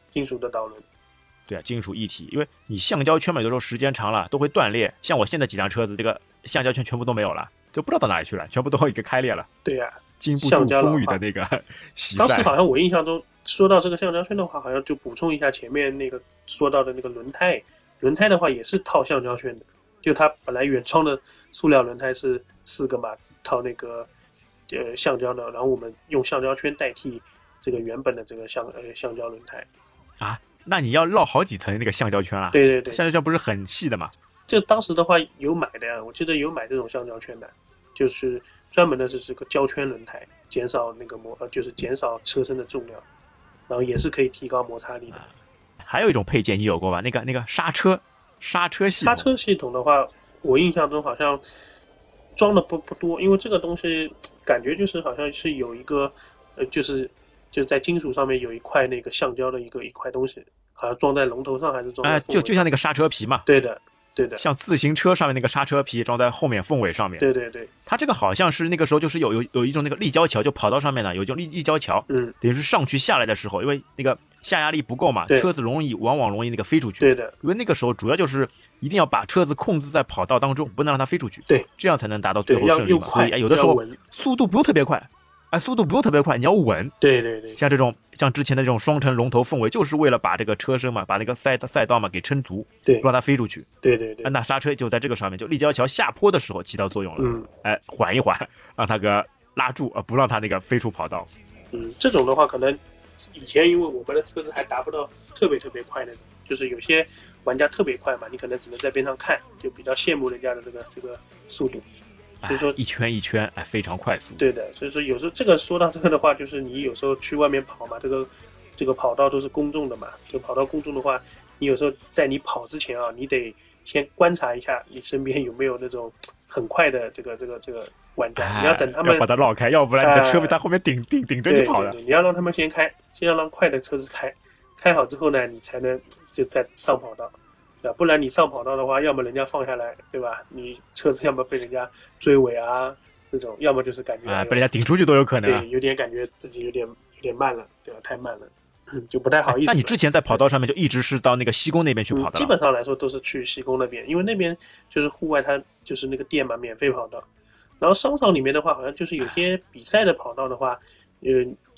Speaker 9: 金属的导轮。
Speaker 8: 对啊，金属一体，因为你橡胶圈嘛，有的时候时间长了都会断裂。像我现在几辆车子，这个橡胶圈全部都没有了，就不知道到哪里去了，全部都一个开裂了，
Speaker 9: 对呀、
Speaker 8: 经不住
Speaker 9: 橡胶老
Speaker 8: 风雨
Speaker 9: 化
Speaker 8: 的那个 洗
Speaker 9: 当时
Speaker 8: 晒。
Speaker 9: 好像我印象中说到这个橡胶圈的话，好像就补充一下前面那个说到的那个轮胎，轮胎的话也是套橡胶圈的，就它本来原装的塑料轮胎是四个嘛，套那个呃橡胶的，然后我们用橡胶圈代替这个原本的这个橡呃橡胶轮胎。
Speaker 8: 啊，那你要绕好几层那个橡胶圈啊？
Speaker 9: 对对对，
Speaker 8: 橡胶圈不是很细的嘛？
Speaker 9: 这当时的话有买的呀，我记得有买这种橡胶圈的，就是专门的是这个胶圈轮胎，减少那个摩呃，就是减少车身的重量，然后也是可以提高摩擦力的。
Speaker 8: 啊还有一种配件你有过吧？那个那个刹车，刹车系统
Speaker 9: 刹车系统的话，我印象中好像装的不不多，因为这个东西感觉就是好像是有一个呃，就是就在金属上面有一块那个橡胶的一个一块东西，好像装在龙头上还是装
Speaker 8: 哎、
Speaker 9: 在、
Speaker 8: 就就像那个刹车皮嘛，
Speaker 9: 对的，对的，
Speaker 8: 像自行车上面那个刹车皮装在后面凤尾上面。
Speaker 9: 对对对，
Speaker 8: 它这个好像是那个时候就是有有有一种那个立交桥，就跑道上面呢有一种立立交桥，
Speaker 9: 嗯，
Speaker 8: 等于是上去下来的时候，因为那个下压力不够嘛，
Speaker 9: 对
Speaker 8: 车子容易往往容易那个飞出去。
Speaker 9: 对的，
Speaker 8: 因为那个时候主要就是一定要把车子控制在跑道当中，不能让它飞出去。
Speaker 9: 对，
Speaker 8: 这样才能达到最
Speaker 9: 对
Speaker 8: 后，
Speaker 9: 要
Speaker 8: 胜利
Speaker 9: 又
Speaker 8: 嘛。所
Speaker 9: 快，
Speaker 8: 以哎有的时
Speaker 9: 要
Speaker 8: 候
Speaker 9: 稳
Speaker 8: 速度不用特别快，哎，速度不用特别快，你要稳。
Speaker 9: 对对对，
Speaker 8: 像这种像之前的这种双层龙头凤尾，就是为了把这个车身嘛，把那个赛道赛道嘛给撑足，
Speaker 9: 对
Speaker 8: 不让它飞出去。
Speaker 9: 对对
Speaker 8: 哎
Speaker 9: 对，
Speaker 8: 那刹车就在这个上面，就立交桥下坡的时候起到作用了。
Speaker 9: 嗯
Speaker 8: 哎，缓一缓，让它个拉住啊，不让它那个飞出跑道。
Speaker 9: 嗯，这种的话可能以前因为我们的车子还达不到特别特别快那种，就是有些玩家特别快嘛，你可能只能在边上看，就比较羡慕人家的这个这个速度。
Speaker 8: 哎
Speaker 9: 就是说
Speaker 8: 一圈一圈，哎，非常快速。
Speaker 9: 对的，所以说有时候这个说到这个的话，就是你有时候去外面跑嘛，这个这个跑道都是公众的嘛，就跑道公众的话，你有时候在你跑之前啊，你得先观察一下你身边有没有那种很快的这个这个这个玩家，
Speaker 8: 哎，
Speaker 9: 你要等他们
Speaker 8: 要把它绕开，要不然你的车被
Speaker 9: 哎
Speaker 8: 它后面顶顶顶着你
Speaker 9: 对对
Speaker 8: 跑了
Speaker 9: 对，。你要让他们先开，先要让快的车子开，开好之后呢，你才能就再上跑道，对吧？不然你上跑道的话，要么人家放下来，对吧？你车子要么被人家追尾啊，这种，要么就是感觉
Speaker 8: 哎，
Speaker 9: 有
Speaker 8: 被人家顶出去都有可能啊
Speaker 9: 对，。有点感觉自己有点有点慢了，对吧？太慢了， 就不太好意思了。
Speaker 8: 哎那你之前在跑道上面就一直是到那个西宫那边去跑
Speaker 9: 嗯
Speaker 8: 的了，
Speaker 9: 基本上来说都是去西宫那边，因为那边就是户外，它就是那个店嘛，免费跑道。然后商场里面的话，好像就是有些比赛的跑道的话，呃，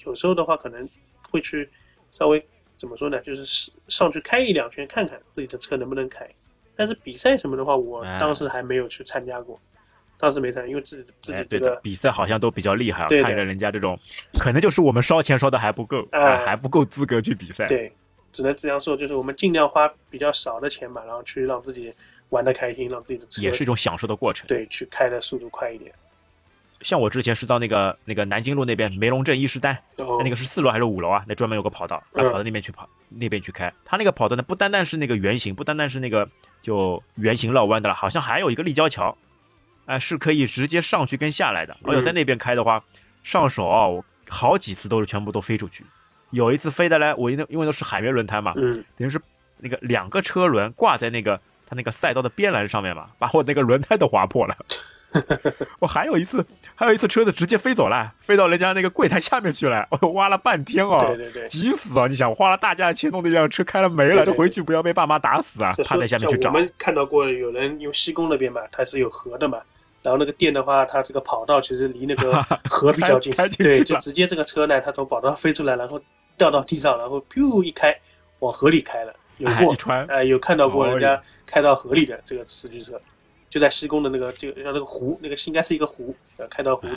Speaker 9: 有时候的话可能会去稍微怎么说呢，就是是上去开一两圈，看看自己的车能不能开。但是比赛什么的话，我
Speaker 8: 哎
Speaker 9: 当时还没有去参加过，当时没参加，因为自己自己
Speaker 8: 哎，对
Speaker 9: 这个、
Speaker 8: 的，比赛好像都比较厉害啊，
Speaker 9: 对的
Speaker 8: 看着人家这种，可能就是我们烧钱烧的还不够，
Speaker 9: 哎
Speaker 8: 哎还不够资格去比赛。，
Speaker 9: 对，只能这样说，就是我们尽量花比较少的钱嘛，然后去让自己玩的开心，让自己的车
Speaker 8: 也是一种享受的过程。
Speaker 9: 对去开的速度快一点。
Speaker 8: 像我之前是到那个那个南京路那边梅龙镇伊势丹，
Speaker 9: 然后
Speaker 8: 那个是四楼还是五楼啊？那专门有个跑道，
Speaker 9: 嗯
Speaker 8: 然后跑到那边去跑，那边去开。它那个跑道呢，不单单是那个圆形，不单单是那个就圆形绕弯的了，好像还有一个立交桥，哎、是可以直接上去跟下来的。哎呦，在那边开的话，上手啊，我好几次都是全部都飞出去。有一次飞的来，我因为因为都是海绵轮胎嘛，
Speaker 9: 嗯，
Speaker 8: 等于是那个两个车轮挂在那个它那个赛道的边栏上面嘛，把我那个轮胎都划破了。 我还有一次，还有一次车子直接飞走了，飞到人家那个柜台下面去了，我挖了半天哦，
Speaker 9: 对对对
Speaker 8: 急死啊！你想，我花了大价钱弄这辆车开了没了，
Speaker 9: 对对
Speaker 8: 这回去不要被爸妈打死啊！
Speaker 9: 就
Speaker 8: 趴
Speaker 9: 说
Speaker 8: 在下面去找
Speaker 9: 像我，们看到过有人，因为西宫那边嘛，它是有河的嘛。然后那个店的话，它这个跑道其实离那 个河比较近，
Speaker 8: 开开进去
Speaker 9: 对，
Speaker 8: 了
Speaker 9: 就直接这个车呢，它从跑道上飞出来，然后掉到地上，然后噗一开，往河里开了。有
Speaker 8: 哎，
Speaker 9: 过
Speaker 8: 一，穿，
Speaker 9: 哎，有看到过
Speaker 8: 哦
Speaker 9: 人家开到河里的这个四驱车，就在西宫的那个就像那个湖，那个应该是一个湖，呃，开到湖里。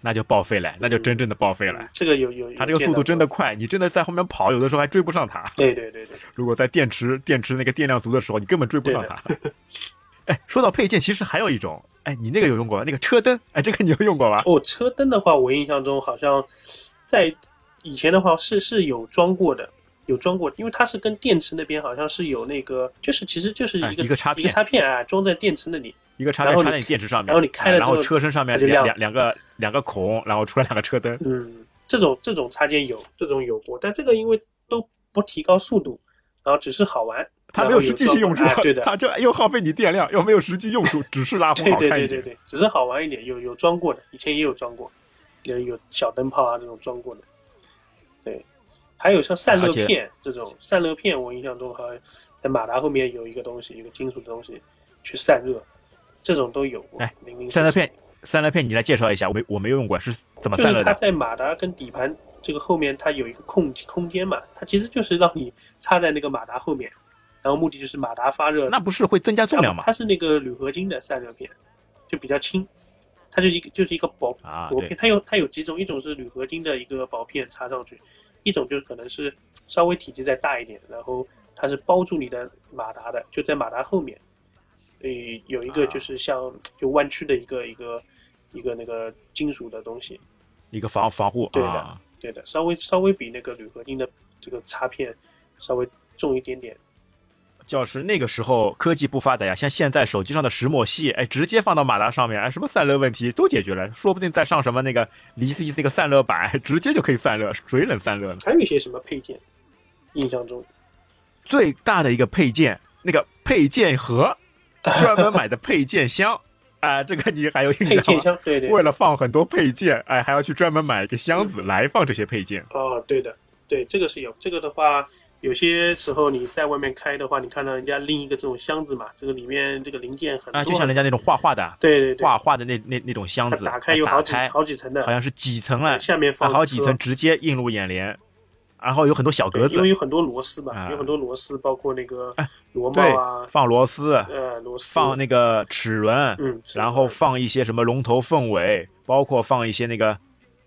Speaker 8: 那就报废了，那就真正的报废哎了
Speaker 9: 嗯。这个有有，有
Speaker 8: 他这个
Speaker 9: 见到
Speaker 8: 速度真的
Speaker 9: 过，
Speaker 8: 快，你真的在后面跑，有的时候还追不上他。
Speaker 9: 对对对对，
Speaker 8: 如果在电池电池那个电量足的时候，你根本追不上它。 哎，说到配件，其实还有一种，哎，你那个有用过吧那个车灯， 哎，这个你有用过吧？
Speaker 9: 哦，车灯的话，我印象中好像在以前的话是是有装过的，有装过，因为它是跟电池那边好像是有那个，就是其实就是
Speaker 8: 哎
Speaker 9: 一个、
Speaker 8: 一个插片
Speaker 9: 一个插片啊，装在电池那里。
Speaker 8: 一个插
Speaker 9: 然
Speaker 8: 在
Speaker 9: 后
Speaker 8: 插
Speaker 9: 你
Speaker 8: 在你电池上面，
Speaker 9: 然后你开了
Speaker 8: 哎然后
Speaker 9: 之后
Speaker 8: 车身上面
Speaker 9: 它就
Speaker 8: 两
Speaker 9: 亮
Speaker 8: 两两个两个孔，然后出来两个车 灯。
Speaker 9: 嗯，这种这种插件有，这种有过，但这个因为都不提高速度，然后只是好玩，
Speaker 8: 它没
Speaker 9: 然后
Speaker 8: 实际性用
Speaker 9: 装
Speaker 8: 处，
Speaker 9: 过哎对的，
Speaker 8: 它就又耗费你电量，又没有实际用 处，只是拉风
Speaker 9: 对
Speaker 8: 好
Speaker 9: 对
Speaker 8: 看一
Speaker 9: 对
Speaker 8: 点
Speaker 9: 对。对，只是好玩一点，有有装过的，以前也有装过，有有小灯泡啊这种装过的，对，还有像散热
Speaker 8: 而且
Speaker 9: 片这种散热片，我印象中好像在马达后面有一个东西，一个金属的东西去散热，这种都有过。
Speaker 8: 哎
Speaker 9: 零零
Speaker 8: 散热片，散热片，你来介绍一下，我没我没有用过，是怎么
Speaker 9: 就
Speaker 8: 散
Speaker 9: 是
Speaker 8: 热
Speaker 9: 它
Speaker 8: 的？
Speaker 9: 在马达跟底盘这个后面，它有一个空空间嘛，它其实就是让你插在那个马达后面，然后目的就是马达发热，
Speaker 8: 那不是会增加重量吗
Speaker 9: 它？是那个铝合金的散热片，就比较轻，它就一个就是一个薄
Speaker 8: 啊
Speaker 9: 薄
Speaker 8: 对
Speaker 9: 片，它有它有几种，一种是铝合金的一个薄片插上去，一种就是可能是稍微体积再大一点，然后它是包住你的马达的，就在马达后面，呃，有一
Speaker 8: 啊
Speaker 9: 个就是像就弯曲的一个一个一个那个金属的东西，
Speaker 8: 一个防防护
Speaker 9: 对的
Speaker 8: 啊，
Speaker 9: 对的，稍微稍微比那个铝合金的这个插片稍微重一点点，
Speaker 8: 就是那个时候科技不发达呀，像现在手机上的石墨烯，哎，直接放到马达上面，哎，什么散热问题都解决了，说不定再上什么那个离 C 那个散热板，哎直接就可以散热，水冷散热了。
Speaker 9: 还有一些什么配件，印象中。
Speaker 8: 最大的一个配件，那个配件盒，专门买的配件箱。啊、这个你还有印
Speaker 9: 配
Speaker 8: 象
Speaker 9: 件
Speaker 8: 吗？
Speaker 9: 箱，对对，
Speaker 8: 为了放很多配件，哎，还要去专门买一个箱子来放这些配件。
Speaker 9: 哦，对的，对，这个是有。这个的话，有些时候你在外面开的话，你看到人家拎一个这种箱子嘛，这个里面这个零件很多，
Speaker 8: 啊，就像人家那种画画的，
Speaker 9: 对对对，
Speaker 8: 画画的那那那种箱
Speaker 9: 它
Speaker 8: 子，
Speaker 9: 打开有
Speaker 8: 哎
Speaker 9: 好几
Speaker 8: 打开
Speaker 9: 好几层的，
Speaker 8: 好像是几层了，
Speaker 9: 下面
Speaker 8: 啊
Speaker 9: 放
Speaker 8: 好几
Speaker 9: 车
Speaker 8: 层，直接映入眼帘，然后有很多小
Speaker 9: 对
Speaker 8: 格子
Speaker 9: 因为，有很多螺丝嘛，
Speaker 8: 啊
Speaker 9: 有很多螺丝，包括那个
Speaker 8: 哎
Speaker 9: 螺帽
Speaker 8: 对
Speaker 9: 啊，，
Speaker 8: 放螺丝，
Speaker 9: 呃，螺丝
Speaker 8: 放那个齿轮，
Speaker 9: 嗯，是
Speaker 8: 然后放一些什么龙头凤尾，包括放一些那个，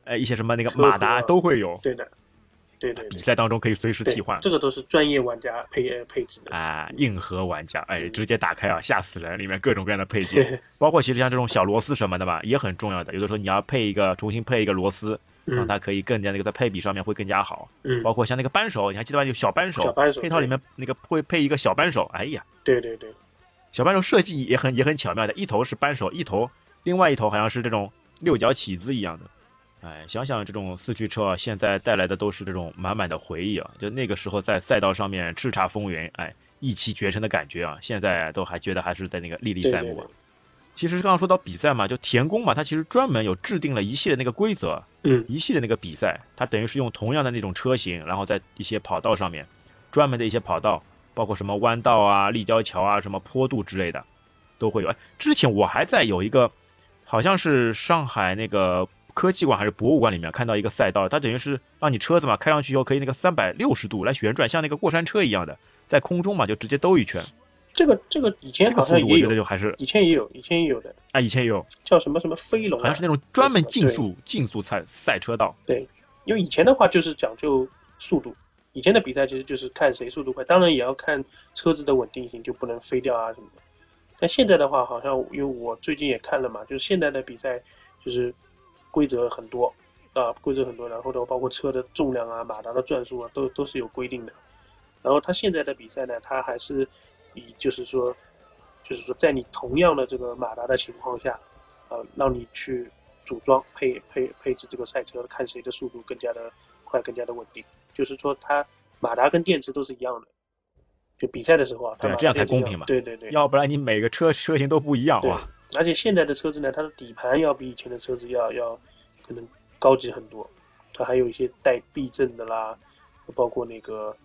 Speaker 8: 呃，一些什么那个
Speaker 9: 车
Speaker 8: 马达
Speaker 9: 和
Speaker 8: 都会有。
Speaker 9: 对的，对对
Speaker 8: 比
Speaker 9: 对
Speaker 8: 赛当中可以随时
Speaker 9: 对，
Speaker 8: 替换
Speaker 9: 这个都是专业玩家配呃配置的，
Speaker 8: 啊，硬核玩家，哎，直接打开啊，吓死人！里面各种各样的配件，包括其实像这种小螺丝什么的吧，也很重要的。有的时候你要配一个，重新配一个螺丝，让
Speaker 9: 嗯
Speaker 8: 它可以更加那个在配比上面会更加好。
Speaker 9: 嗯，
Speaker 8: 包括像那个扳手，你还记得吧？有小扳手，
Speaker 9: 小扳手
Speaker 8: 配套里面那个会配一个小扳手。哎呀，
Speaker 9: 对对对，
Speaker 8: 小扳手设计也很也很巧妙的，一头是扳手，一头另外一头好像是这种六角起子一样的。哎，想想这种四驱车啊，现在带来的都是这种满满的回忆啊！就那个时候在赛道上面叱咤风云，哎，一骑绝尘的感觉啊，现在都还觉得还是在那个历历
Speaker 9: 对
Speaker 8: 在
Speaker 9: 对
Speaker 8: 目啊
Speaker 9: 对。
Speaker 8: 其实刚刚说到比赛嘛，就田宫嘛，它其实专门有制定了一系列那个规则，
Speaker 9: 嗯
Speaker 8: 一系列那个比赛，它等于是用同样的那种车型，然后在一些跑道上面，专门的一些跑道，包括什么弯道啊、立交桥啊、什么坡度之类的，都会有。哎之前我还在有一个，好像是上海那个科技馆还是博物馆里面看到一个赛道，它等于是让你车子嘛开上去以后可以那个三百六十度来旋转，像那个过山车一样的，在空中嘛就直接兜一圈。
Speaker 9: 这个这个以前
Speaker 8: 这个
Speaker 9: 好
Speaker 8: 速
Speaker 9: 像
Speaker 8: 度我
Speaker 9: 也
Speaker 8: 觉得
Speaker 9: 有，
Speaker 8: 就还是
Speaker 9: 以前也有，以前也有的，
Speaker 8: 啊，以前有，
Speaker 9: 叫什么什么飞龙
Speaker 8: 好
Speaker 9: 啊
Speaker 8: 像是，那种专门竞速竞速赛赛车道。
Speaker 9: 因为以前的话就是讲究速度，以前的比赛其实就是看谁速度快，当然也要看车子的稳定性，就不能飞掉啊什么的。但现在的话，好像因为我最近也看了嘛，就是现在的比赛就是规则很多啊、规则很多，然后呢，包括车的重量啊、马达的转速啊，都都是有规定的。然后它现在的比赛呢，它还是以就是说，就是说在你同样的这个马达的情况下，呃，让你去组装配配配置这个赛车，看谁的速度更加的快，更加的稳定。就是说，它马达跟电池都是一样的，就比赛的时候啊，它
Speaker 8: 对
Speaker 9: 马达
Speaker 8: 这样才
Speaker 9: 电池一
Speaker 8: 公平嘛
Speaker 9: 对对对，
Speaker 8: 要不然你每个车车型都不一样
Speaker 9: 对
Speaker 8: 哇。，
Speaker 9: 而且现在的车子呢，它的底盘要比以前的车子要要可能高级很多，它还有一些带避震的啦，包括那个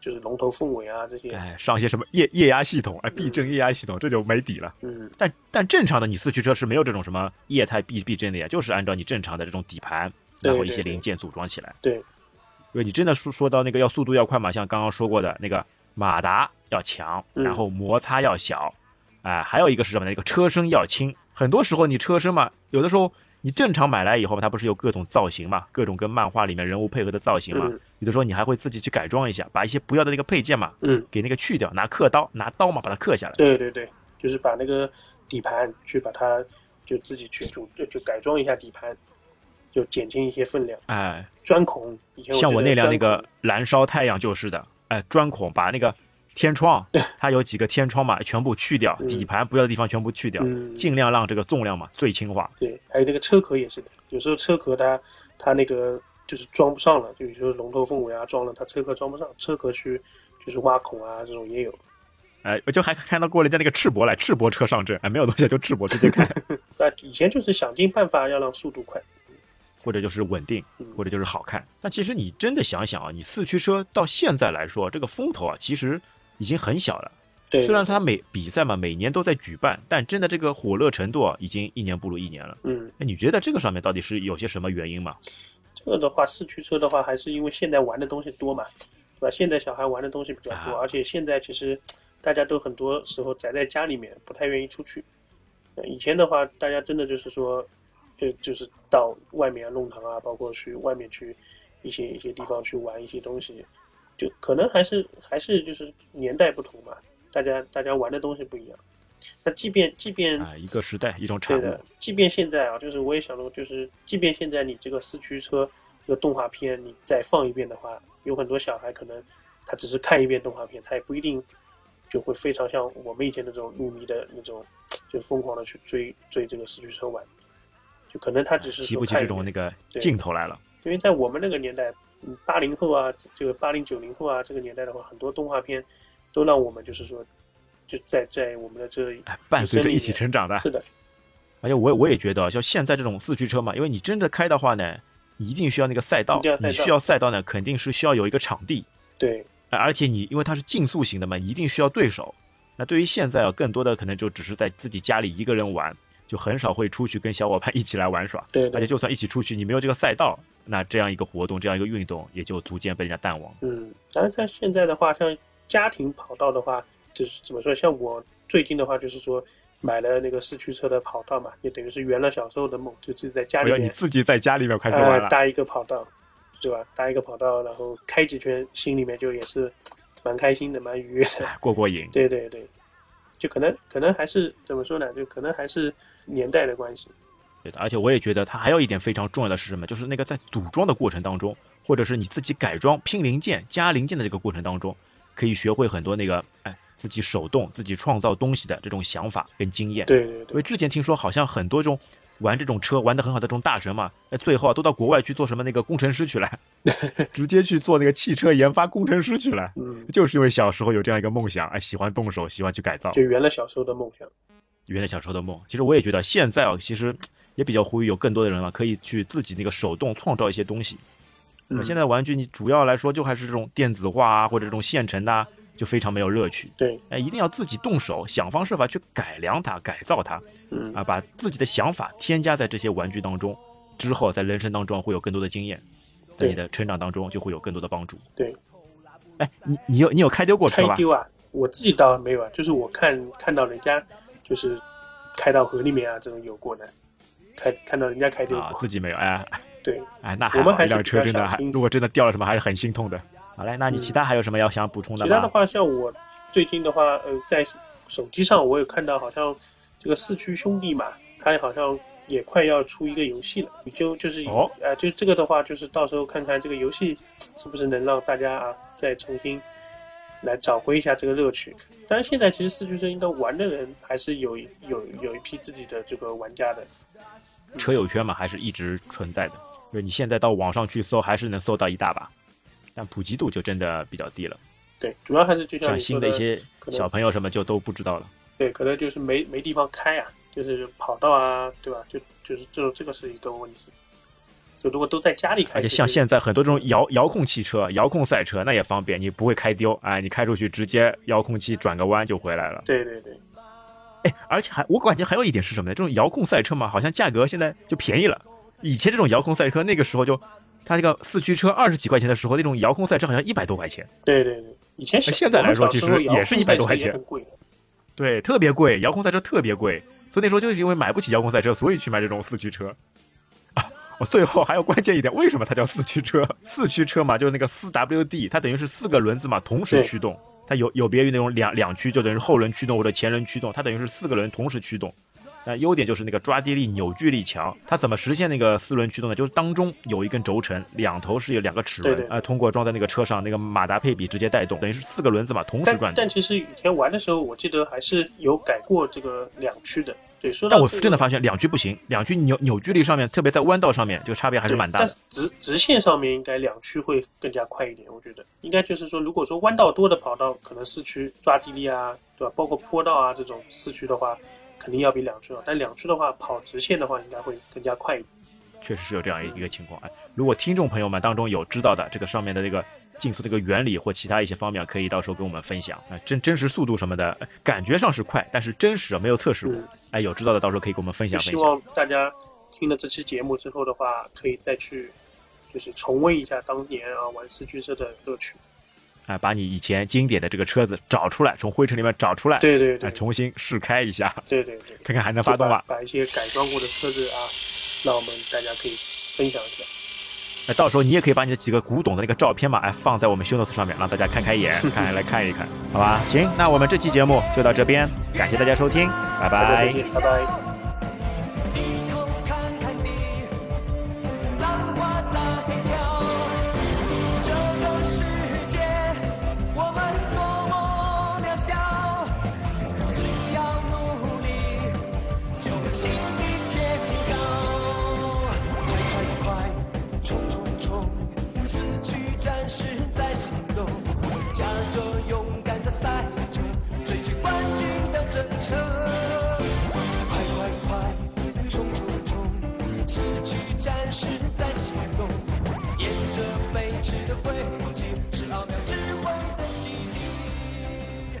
Speaker 9: 就是龙头凤尾啊这些，
Speaker 8: 哎，上一些什么液液压系统，哎，避震液压系统，这就没底了。
Speaker 9: 嗯，
Speaker 8: 但但正常的你四驱车是没有这种什么液态避避震的呀，就是按照你正常的这种底盘，
Speaker 9: 对
Speaker 8: 然后一些
Speaker 9: 对对
Speaker 8: 零件组装起来。
Speaker 9: 对，
Speaker 8: 因为你真的说说到那个要速度要快嘛，像刚刚说过的那个马达要强，
Speaker 9: 嗯
Speaker 8: 然后摩擦要小，哎、还有一个是什么呢？那个车身要轻。很多时候你车身嘛，有的时候你正常买来以后嘛，它不是有各种造型嘛，各种跟漫画里面人物配合的造型嘛，
Speaker 9: 嗯
Speaker 8: 有的时候你还会自己去改装一下，把一些不要的那个配件嘛，
Speaker 9: 嗯，
Speaker 8: 给那个去掉，拿刻刀，拿刀嘛把它刻下来。
Speaker 9: 对对对，就是把那个底盘去把它就自己去组就就改装一下底盘，就减轻一些分量，
Speaker 8: 哎，
Speaker 9: 钻孔以前
Speaker 8: 像
Speaker 9: 我
Speaker 8: 我
Speaker 9: 觉
Speaker 8: 那
Speaker 9: 得
Speaker 8: 辆那
Speaker 9: 钻孔
Speaker 8: 个燃烧太阳就是的，哎，钻孔把那个天 窗，它有几个天窗嘛，全部去掉，
Speaker 9: 嗯
Speaker 8: 底盘不要的地方全部去掉，
Speaker 9: 嗯
Speaker 8: 尽量让这个重量嘛最轻化。
Speaker 9: 对，还有那个车壳也是的，有时候车壳它它那个就是装不上了，就有时候龙头凤尾啊装了，它车壳装不上，车壳去就是挖孔啊这种也有，
Speaker 8: 哎，我就还看到过人家那个赤膊来，赤膊车上阵，哎，没有东西就赤膊直接 开，
Speaker 9: 那以前就是想尽办法要让速度快，
Speaker 8: 或者就是稳定，
Speaker 9: 嗯
Speaker 8: 或者就是好看。但其实你真的想想啊，你四驱车到现在来说，这个风头啊，其实已经很小了。
Speaker 9: 对，
Speaker 8: 虽然它每比赛嘛每年都在举办，但真的这个火热程度啊，已经一年不如一年了。
Speaker 9: 嗯，
Speaker 8: 哎，你觉得这个上面到底是有些什么原因吗？
Speaker 9: 这个的话四驱车的话还是因为现在玩的东西多嘛，对吧？现在小孩玩的东西比较多，
Speaker 8: 啊
Speaker 9: 而且现在其实大家都很多时候宅在家里面，不太愿意出去。呃以前的话，大家真的就是说，就就是到外面啊弄堂啊，包括去外面去一些一些地方去玩一些东西，就可能还是还是就是年代不同嘛，大家大家玩的东西不一样。那即便即便
Speaker 8: 啊、一个时代，一种产
Speaker 9: 对
Speaker 8: 物
Speaker 9: 的。，即便现在啊，就是我也想说，就是即便现在你这个四驱车这个动画片你再放一遍的话，有很多小孩可能他只是看一遍动画片，他也不一定就会非常像我们以前那种入迷的那种，就疯狂的去追追这个四驱车玩，就可能他只是
Speaker 8: 提
Speaker 9: 说
Speaker 8: 不起
Speaker 9: 看
Speaker 8: 这
Speaker 9: 一
Speaker 8: 种
Speaker 9: 遍
Speaker 8: 那个
Speaker 9: 对
Speaker 8: 劲头来了。
Speaker 9: 因为在我们那个年代，嗯，八零后啊，这个八零九零后啊，这个年代的话，很多动画片都让我们就是说就在在我们的这
Speaker 8: 哎伴随着一起成长的。
Speaker 9: 是嗯的，
Speaker 8: 而且我也我也觉得，啊像现在这种四驱车嘛，因为你真的开的话呢，你一定需要那个赛道
Speaker 9: 一定要，赛道
Speaker 8: 你需要赛道呢，肯定是需要有一个场地，
Speaker 9: 对
Speaker 8: 呃而且你因为它是竞速型的嘛，一定需要对手。那对于现在啊，更多的可能就只是在自己家里一个人玩，就很少会出去跟小伙伴一起来玩耍。
Speaker 9: 对
Speaker 8: 而且
Speaker 9: 对，
Speaker 8: 就算一起出去，你没有这个赛道，那这样一个活动，这样一个运动，也就逐渐被人家淡忘。
Speaker 9: 嗯，然后像现在的话，像家庭跑道的话，就是怎么说？像我最近的话，就是说买了那个四驱车的跑道嘛，也等于是圆了小时候的梦，就自己在家
Speaker 8: 不
Speaker 9: 里
Speaker 8: 要你
Speaker 9: 面
Speaker 8: 自己在家里面开始玩
Speaker 9: 呃
Speaker 8: 了，
Speaker 9: 搭一个跑道，对吧？搭一个跑道，然后开几圈，心里面就也是蛮开心的，蛮愉悦的。
Speaker 8: 哎过过瘾。
Speaker 9: 对对对，就可能可能还是怎么说呢？就可能还是年代的关系。
Speaker 8: 对的，而且我也觉得它还有一点非常重要的是什么？就是那个在组装的过程当中，或者是你自己改装、拼零件、加零件的这个过程当中，可以学会很多那个哎自己手动、自己创造东西的这种想法跟经验。，
Speaker 9: 对对
Speaker 8: 因
Speaker 9: 对
Speaker 8: 为之前听说好像很多这种玩这种车玩的很好的这种大神嘛，哎，最后啊都到国外去做什么那个工程师去 了，直接去做那个汽车研发工程师去了。
Speaker 9: 嗯，
Speaker 8: 就是因为小时候有这样一个梦想，哎，喜欢动手，喜欢去改造。
Speaker 9: 就圆了小时候的梦想。
Speaker 8: 原来小时候的梦。其实我也觉得现在啊，其实也比较呼吁有更多的人啊，可以去自己那个手动创造一些东西。那
Speaker 9: 嗯
Speaker 8: 现在玩具你主要来说就还是这种电子化啊，或者这种现成的、啊，就非常没有乐趣。
Speaker 9: 对，
Speaker 8: 哎，一定要自己动手，想方设法去改良它、改造它
Speaker 9: 嗯
Speaker 8: 啊，把自己的想法添加在这些玩具当中，之后在人生当中会有更多的经验，在
Speaker 9: 对
Speaker 8: 你的成长当中就会有更多的帮助。
Speaker 9: 对，
Speaker 8: 哎，你你有你有开丢过车
Speaker 9: 开
Speaker 8: 吧？
Speaker 9: 丢啊，我自己倒没有啊，就是我看看到人家就是开到河里面啊，这种有过的，开看到人家开丢
Speaker 8: 啊，
Speaker 9: 过。
Speaker 8: 自己没有哎。
Speaker 9: 对，
Speaker 8: 哎，那还
Speaker 9: 我
Speaker 8: 好，
Speaker 9: 们还
Speaker 8: 一
Speaker 9: 是
Speaker 8: 辆车真的
Speaker 9: 比较小
Speaker 8: 还，
Speaker 9: 心
Speaker 8: 如果真的掉了什么，还是很心痛的。好嘞，那你
Speaker 9: 嗯
Speaker 8: 其他还有什么要想补充的
Speaker 9: 其他的
Speaker 8: 吗？
Speaker 9: 话，像我最近的话，呃，在手机上我有看到，好像这个四驱兄弟嘛，它好像也快要出一个游戏了。就就是
Speaker 8: 哦
Speaker 9: 呃，就这个的话，就是到时候看看这个游戏是不是能让大家啊再重新来找回一下这个乐趣。当然，现在其实四驱车应该玩的人还是有一有有一批自己的这个玩家的。
Speaker 8: 车友圈嘛，还是一直存在的。就是你现在到网上去搜，还是能搜到一大把，但普及度就真的比较低了。
Speaker 9: 对，主要还是就像
Speaker 8: 像
Speaker 9: 你
Speaker 8: 新
Speaker 9: 说
Speaker 8: 的一些
Speaker 9: 可能
Speaker 8: 小朋友什么就都不知道了。
Speaker 9: 对，可能就是没没地方开啊，就是跑道啊，对吧？就就是这这个是一个问题。就如果都在家里开，
Speaker 8: 而且
Speaker 9: 就是
Speaker 8: 像现在很多这种遥遥控汽车、遥控赛车，那也方便，你不会开丢。哎，你开出去直接遥控器转个弯就回来了。
Speaker 9: 对对对，
Speaker 8: 哎，而且还我感觉还有一点是什么呢？这种遥控赛车嘛，好像价格现在就便宜了。以前这种遥控赛车，那个时候就，它这个四驱车二十几块钱的时候，那种遥控赛车好像一百多块钱，
Speaker 9: 对对对，以前小
Speaker 8: 现在来说
Speaker 9: 我们小时候
Speaker 8: 其实也是100多块钱
Speaker 9: 也很贵的。
Speaker 8: 对，特别贵，遥控赛车特别贵。所以那时候就是因为买不起遥控赛车，所以去买这种四驱车。啊，我最后还有关键一点，为什么它叫四驱车？四驱车嘛，就是那个四 WD，它等于是四个轮子嘛同时
Speaker 9: 对
Speaker 8: 驱动，它有有别于那种两两驱就等于是后轮驱动或者前轮驱动，它等于是四个轮同时驱动。那优点就是那个抓地力、扭矩力强。它怎么实现那个四轮驱动呢？就是当中有一根轴承，两头是有两个齿轮，
Speaker 9: 对对
Speaker 8: 呃，通过装在那个车上，那个马达配比直接带动，等于是四个轮子嘛同时
Speaker 9: 但
Speaker 8: 转动
Speaker 9: 但。其实以前玩的时候，我记得还是有改过这个两驱的。对，说到
Speaker 8: 但我
Speaker 9: 这个
Speaker 8: 真的发现两驱不行，两驱扭扭矩力上面，特别在弯道上面，这个差别还是蛮大
Speaker 9: 但
Speaker 8: 的
Speaker 9: 是。直直线上面应该两驱会更加快一点，我觉得应该就是说，如果说弯道多的跑道，可能四驱抓地力啊，对吧？包括坡道啊这种四驱的话，肯定要比两驱好。但两驱的话，跑直线的话，应该会更加快一点。
Speaker 8: 确实是有这样一个情况。哎，如果听众朋友们当中有知道的这个上面的这个竞速这个原理或其他一些方面，可以到时候跟我们分享。啊，真真实速度什么的，哎感觉上是快，但是真实啊没有测试过
Speaker 9: 嗯。
Speaker 8: 哎，有知道的到时候可以跟我们分
Speaker 9: 就
Speaker 8: 享分
Speaker 9: 希
Speaker 8: 享。
Speaker 9: 望大家听了这期节目之后的话，可以再去就是重温一下当年啊玩四驱车的乐趣。
Speaker 8: 哎，把你以前经典的这个车子找出来，从灰尘里面找出来，
Speaker 9: 对对
Speaker 8: 哎，
Speaker 9: 对，
Speaker 8: 重新试开一下，
Speaker 9: 对对对，
Speaker 8: 看看还能发动
Speaker 9: 就把
Speaker 8: 吧。
Speaker 9: 把一些改装过的车子啊，让我们大家可以分享一下。
Speaker 8: 哎，到时候你也可以把你的几个古董的那个照片嘛，哎，放在我们 show notes 上面，让大家看开眼，看来看一看，好吧？行，那我们这期节目就到这边，感谢大家收听，拜
Speaker 9: 大家
Speaker 8: 拜
Speaker 9: 再。见，拜拜。
Speaker 2: 低头看看地，浪花在飘。这个世界，我们多么渺小，只要努力，就能新的天高。快快快，冲冲冲，失去暂时在心中，加油勇敢的赛车，追寻冠军。冲冲冲，失去暂时在心动，沿着飞驰的轨迹，是奥妙智慧的洗礼。